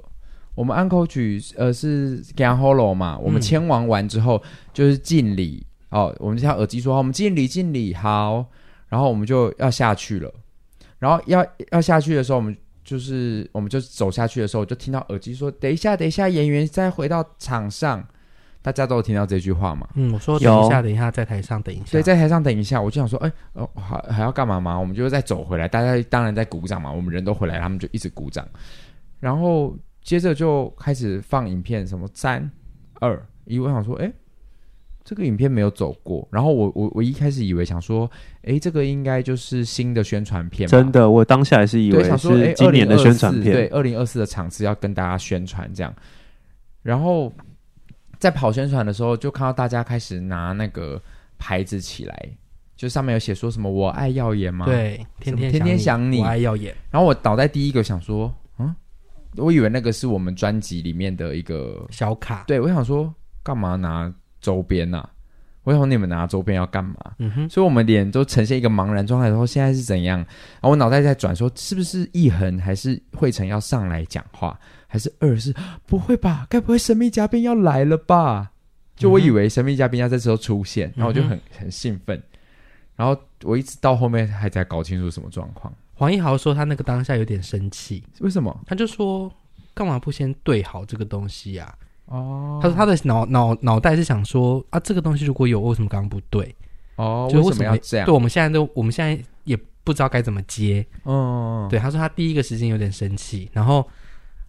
我们安 n 曲呃是 Gan Hollow 嘛，我们签完完之后、就是敬礼哦，我们就像耳机说好我们敬礼敬礼好，然后我们就要下去了，然后要要下去的时候，我们就是我们就走下去的时候，就听到耳机说等一下等一下，演员再回到场上，大家都有听到这句话嘛？嗯，我说有等一下，等一下，在台上等一下。对，在台上等一下，我就想说，哎、哦，还还要干嘛吗？我们就再走回来，大家当然在鼓掌嘛，我们人都回来，他们就一直鼓掌，然后接着就开始放影片，什么三二一，我想说，哎、这个影片没有走过，然后我我我一开始以为想说，哎、这个应该就是新的宣传片吧，真的，我当下也是以对，为想说是今年的宣传2024对，片。二零二四的场次要跟大家宣传这样。然后在跑宣传的时候，就看到大家开始拿那个牌子起来，就上面有写说什么“我爱耀眼”吗？。对，天天天天想你我爱耀眼。然后我倒在第一个想说，嗯，我以为那个是我们专辑里面的一个，小卡，对我想说干嘛拿周边啊？我想说你们拿周边要干嘛？嗯哼，所以我们脸都呈现一个茫然状态，然后现在是怎样？然后我脑袋在转，说是不是易恒还是惠成要上来讲话，还是二是不会吧？该不会神秘嘉宾要来了吧？就我以为神秘嘉宾要在这时候出嗯现，然后我就很很兴奋，然后我一直到后面还才搞清楚什么状况，黄一豪说他那个当下有点生气，为什么？他就说干嘛不先对好这个东西呀、啊哦他说他的脑脑脑袋是想说啊，这个东西如果有，为什么刚刚不对？啊哦，就为为什什么么要这样？对，我们现在都我们现在也不知道该怎么接。嗯，对，他说他第一个时间有点生气，然后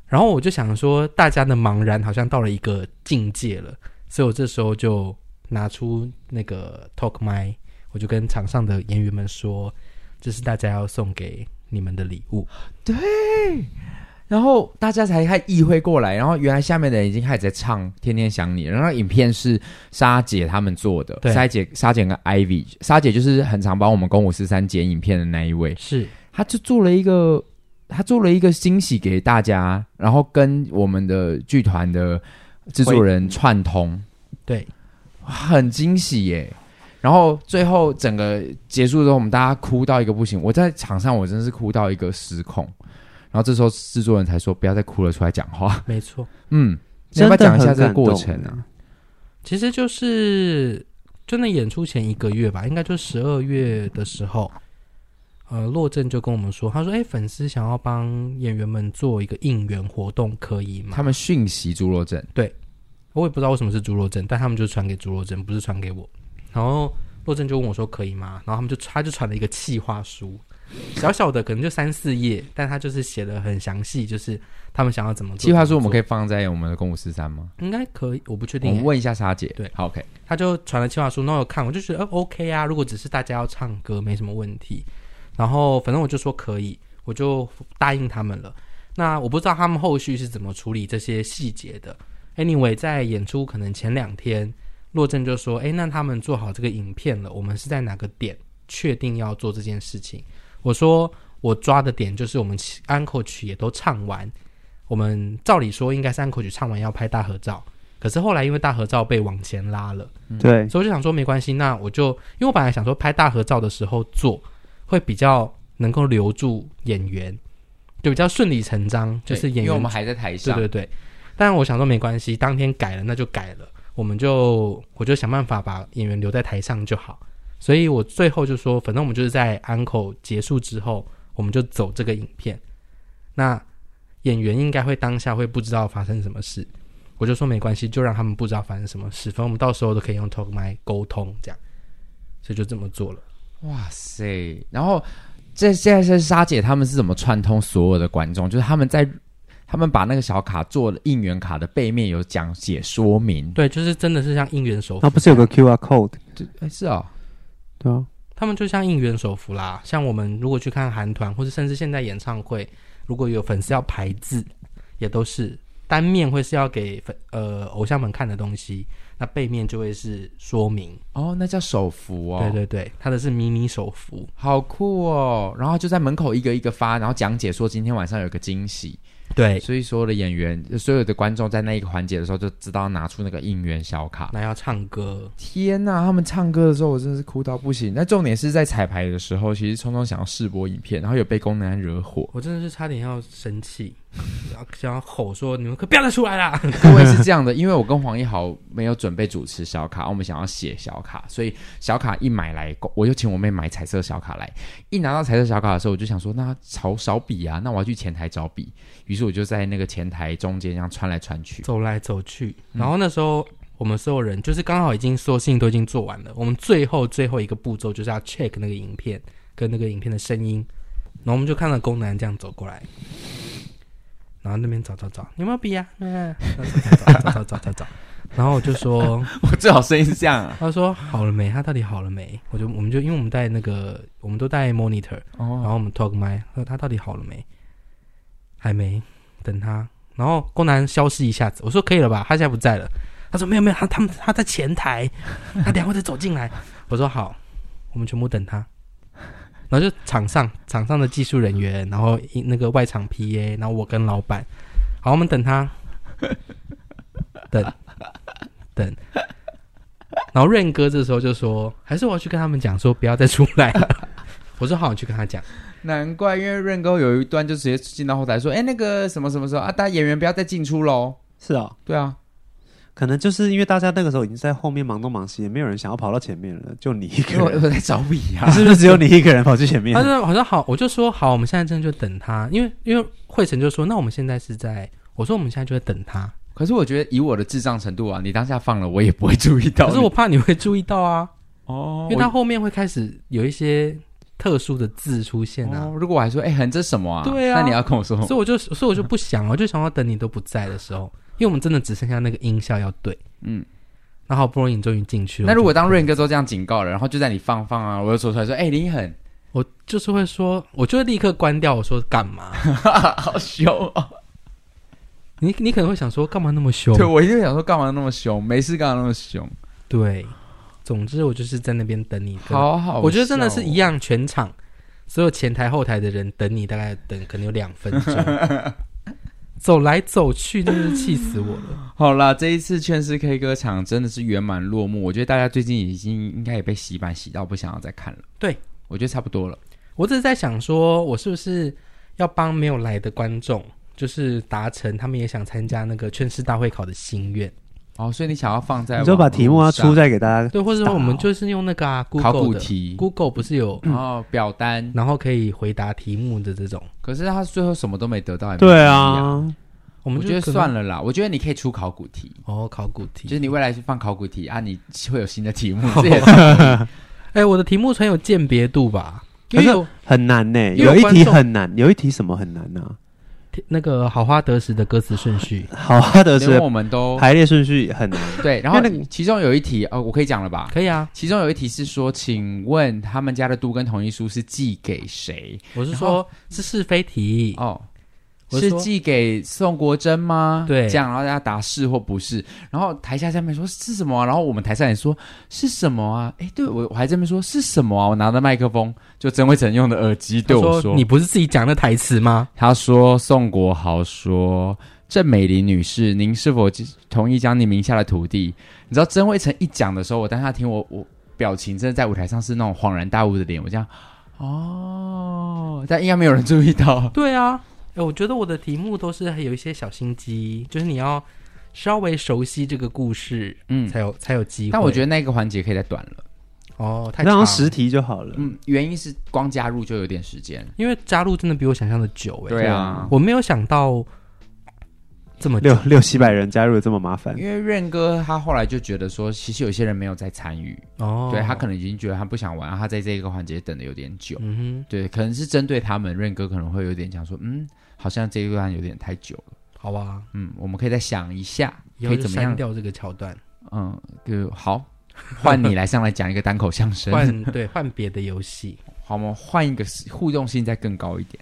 然后我就想说，大家的茫然好像到了一个境界了，所以我这时候就拿出那个 Talk My，我就跟场上的演员们说，这是大家要送给你们的礼物。然后大家才开意会过来，然后原来下面的人已经开始在唱《天天想你》，然后影片是莎姐他们做的，对莎姐、莎姐跟 Ivy，莎姐就是很常帮我们公五四三剪影片的那一位，是，她就做了一个，她做了一个惊喜给大家，然后跟我们的剧团的制作人串通，对，很惊喜耶。然后最后整个结束之后，我们大家哭到一个不行。我在场上我真的是哭到一个失控。然后这时候制作人才说不要再哭了，出来讲话。 没错。嗯，你要真不的要讲一下很这个感过动程啊？其实就是真的演出前一个月吧，应该就十二月的时候，呃，洛正就跟我们说，他说：“哎、粉丝想要帮演员们做一个应援活动，可以吗他们讯息侏罗症，？”我也不知道为什么是侏罗症，但他们就传给侏罗症，不是传给我。然后洛正就问我说：“可以吗？”然后他们就他就传了一个企划书，小小的可能就三四页，但他就是写的很详细，就是他们想要怎么做。计划书我们可以以放在我们的公五四三吗？应该可以，我不确我定、们问一下莎姐。对好，OK。他就传了计划书，那我看我就觉得、呃、OK 啊，如果只是大家要唱歌没什么问题，然后反正我就说可以，我就答应他们了。那我不知道他们后续是怎么处理这些细节的。Anyway，在演出可能前两天，洛正就说：“哎，那他们做好这个影片了，我们是在哪个点确定要做这件事情？”我说：“我抓的点就是我们安口曲也都唱完，我们照理说应该是安口曲唱完要拍大合照，可是后来因为大合照被往前拉了。”对，所以我就想说没关系，那我就因为我本来想说拍大合照的时候做会比较能够留住演员，就比较顺理成章，就是对演因为员我们还在台对上，对对。但我想说没关系，当天改了那就改了，我们就我就想办法把演员留在台上就好。所以我最后就说，反正我们就是在 uncle 结束之后，我们就走这个影片。那演员应该会当下会不知道发生什么事，我就说没关系，就让他们不知道发生什么事，反正我们到时候都可以用 talk my 沟通这样，所以就这么做了。哇塞！然后这现在是莎姐他们是怎么串通所有的观众？就是他们在他们把那个小卡做了应援卡的背面有讲解说明。对，就是真的是像应援手那幅，不是有个 QR code？哎，是哦，对啊，他们就像应援手幅啦，像我们如果去看韩团，或是甚至现在演唱会，如果有粉丝要排字，也都是单面会是要给粉呃偶像们看的东西，那背面就会是说明。哦，那叫手幅哦，对对对，它的是迷你手幅，好酷哦。然后就在门口一个一个发，然后讲解说今天晚上有个惊喜。对，所以所有的演员、所有的观众在那一个环节的时候，就知道拿出那个应援小卡。那要唱歌，。天呐，他们唱歌的时候，我真的是哭到不行。那重点是在彩排的时候，其实聪聪想要试播影片，然后有被宫南惹火我真的是差点要生气，要想要吼说你们可不要再出来啦！ 各位是这样的，因为我跟黄一豪没有准备主持小卡，我们想要写小卡，所以小卡一买来，我就请我妹买彩色小卡来。一拿到彩色小卡的时候，我就想说，那少少笔啊，那我要去前台找笔。于是我就在那个前台中间这样穿来穿去。走来走去，然后那时候我们所有人就是刚好已经所有事情都已经做完了，我们最后最后一个步骤就是要 check 那个影片跟那个影片的声音，然后我们就看到宫南这样走过来，然后那边找找找，你有没有笔呀、啊？嗯，找找找找找找找，然后我就说，我最好声音是这样啊。他说好了没？他到底好了没？我就我们就因为我们带那个我们都带 monitor，然哦，后我们 talk my，他说他到底好了没？还没，等他。然后宫南消失一下子，我说可以了吧？他现在不在了。他说没有没有，他他们他在前台，他等一下会再走进来。我说好，我们全部等他。然后就场上场上的技术人员，然后一那个外场 PA，然后我跟老板，好，我们等他，等等。然后润哥这时候就说，还是我要去跟他们讲说不要再出来了。我说好，你去跟他讲。难怪，因为润哥有一段就直接进到后台说：“哎、那个什么什么时候啊，大家演员不要再进出喽。是哦，”对啊，可能就是因为大家那个时候已经在后面忙东忙西，也没有人想要跑到前面了，就你一因为个我人，我在找你你啊。 是不是只有你一个人跑去嗯 前面他？说：“好像好，我就说好，我们现在真的就等他，因为因为惠成就说，那我们现在是在，我说我们现在就在等他，可是我觉得以我的智障程度啊，你当下放了我也不会注意到哦可你。是我怕你会注意到啊，哦因为它后面会开始有一些特殊的字出现啊，哦，如果我还说哎，很、这什么啊？对啊那你要跟我说所以我就所以我就不想了，我就想要等你都不在的时候，因为我们真的只剩下那个音效要对，嗯。那好不容易你终于进去了，那如果我就当润哥都这样警告了，然后就在你放放啊，我又说出来说，哎、林很 我就是会说，我就会立刻关掉，我说干嘛？好凶哦！你你可能会想说，干嘛那么凶？对我一定想说，干嘛那么凶？没事，干嘛那么凶？对，总之我就是在那边等你。等，好啊哦好、我觉得真的是一。样，全场所有前台后台的人等你，大概等可能有两分 钟，走来走去，真的是气死我 了。好啦，这一次劝世 K 歌场真的是圆满落幕。我觉得大家最近已经应该也被洗版洗到不想要再看了。对，我觉得差不多了。我只是在想说，我是不是要帮没有来的观众，就是达成他们也想参加那个劝世大会考的心愿，哦，所以你想要放在你就把题目要出在再给大家，对，或者说我们就是用那个啊考 Google 古的题， Google 嗯不是有，然后表单。然后可以回答题目的这种，可是他最后什么都没得到，也没对意义，啊，我我们觉得算了了啦。我觉得你可以出考古题，哦，考古题就是你未来去放考古题啊，你会有新的题目。这也是哎、我的题目很有鉴别度吧？因为可是有很难呢、因为有有一观题众很难，有一题什么很难呢、那个好花得时的歌词顺序，好花的连是我们都排列顺序很难，对。然后因为那个其中有一题哦，我可以讲了吧？可以啊。其中有一题是说，请问他们家的都跟同意书是寄给谁？我是然说，是是非题，哦，我是是说寄给宋国珍吗？对这样然后大家答是或不是，然后台下下面说是什么啊、然后我们台上也说是什么啊？哎，对我我还在那边说是什么啊？我拿着麦克风，就曾慧成用的耳机对我他说，你不是自己讲的台词吗？他说宋国豪说。郑美玲女士，您是否同意将您名下的土地？你知道曾慧成一讲的时候，我当下听我我表情真的在舞台上是那种恍然大悟的脸，我这样哦，但应该没有人注意到。对啊，哎、我觉得我的题目都是有一些小心机，就是你要稍微熟悉这个故事，嗯才有才有机会。但我觉得得那个环节可以再短了。哦，太那长样十，题就好了。嗯，原因是光加入就有点时间。因为加入真的比我想象的久哎、对啊我没有想到这么久六。六七百人加入这么麻烦因，为任哥他后来就觉得说，其实有些人没有在参与，哦，对他可能已经觉得他不想玩，他在这个环节等的有点久。嗯对，可能是针对他们，任哥可能会有点想说，嗯，好像这一段有点太久了，哼，好吧，嗯，我们可以再想一下，以可后以就怎么删样？掉这个桥段，嗯，就好，换你来上来讲一个单口相声， 换对换别的游戏。好，我们换一个互动性再更高一点。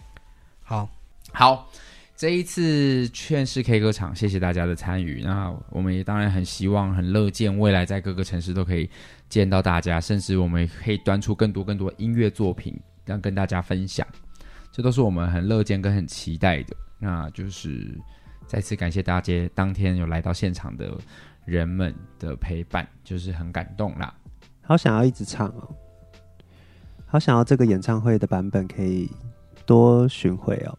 好，好，这一次劝世 K 歌场，谢谢大家的参与。那我们也当然很希望、很乐见未来在各个城市都可以见到大家，甚至我们也可以端出更多更多音乐作品，让跟大家分享。这都是我们很乐见跟很期待的。那就是再次感谢大家当天有来到现场的人们的陪伴，就是很感动啦。好想要一直唱哦，好想要这个演唱会的版本可以多巡回哦。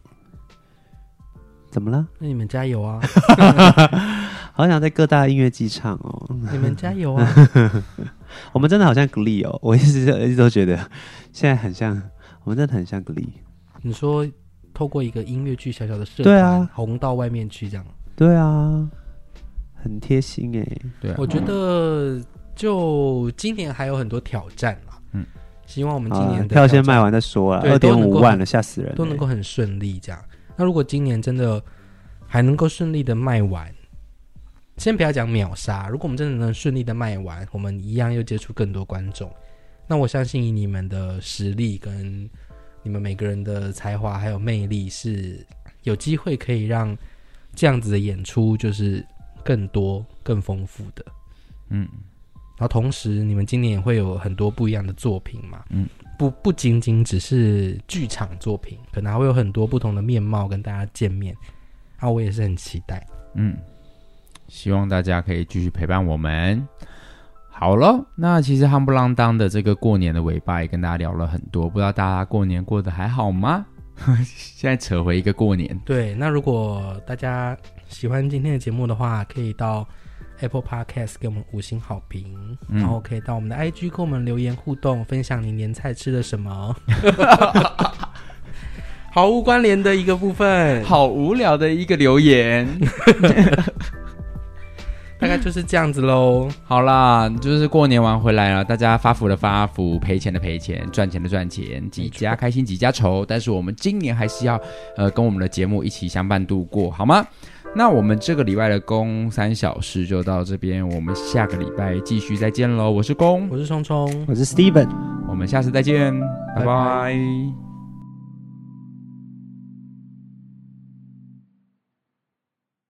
怎么了？那你们加油 啊！好想在各大音乐季唱哦。你们加油啊！我们真的好像 Glee 哦，我一直一直都觉得 现在很像，我们真的很像 Glee。你说透过一个音乐剧小小的社对团，啊红到外面去这样，对啊，很贴心哎、对啊、我觉得就今年还有很多挑战啦。嗯嗯，希望我们今啊年的票先挑战卖完再说了，对二都点能五够万了，吓死人、都能欸够很顺利这样。那如果今年真的还能够顺利的卖完，先不要讲秒杀，如果我们真的能顺利的卖完，我们一样又接触更多观众，那我相信以你们的实力跟你们每个人的才华还有魅力，是有机会可以让这样子的演出就是更多更丰富的。嗯，然后同时，你们今年也会有很多不一样的作品嘛，嗯，不不仅仅只是剧场作品，可能还会有很多不同的面貌跟大家见面。啊，我也是很期待。嗯，希望大家可以继续陪伴我们。好了，那其实夯不啷当的这个过年的尾巴也跟大家聊了很多，不知道大家过年过得还好吗？ 现在扯回一个过年，对，那如果大家喜欢今天的节目的话，可以到 Apple Podcast 给我们五星好评，嗯然后可以到我们的 IG 跟我们留言互动，分享你年菜吃了什么，毫无关联的一个部分。好无聊的一个留言。概就是这样子喽。好啦，就是过年完回来了，大家发福的发福，赔钱的赔钱，赚钱的赚钱，几家开心几家愁。但是我们今年还是要呃跟我们的节目一起相伴度过，好吗？那我们这个礼拜的公三小时就到这边，我们下个礼拜继续再见喽。我是公，我是聪聪，我是 Steven。我们下次再见，拜拜拜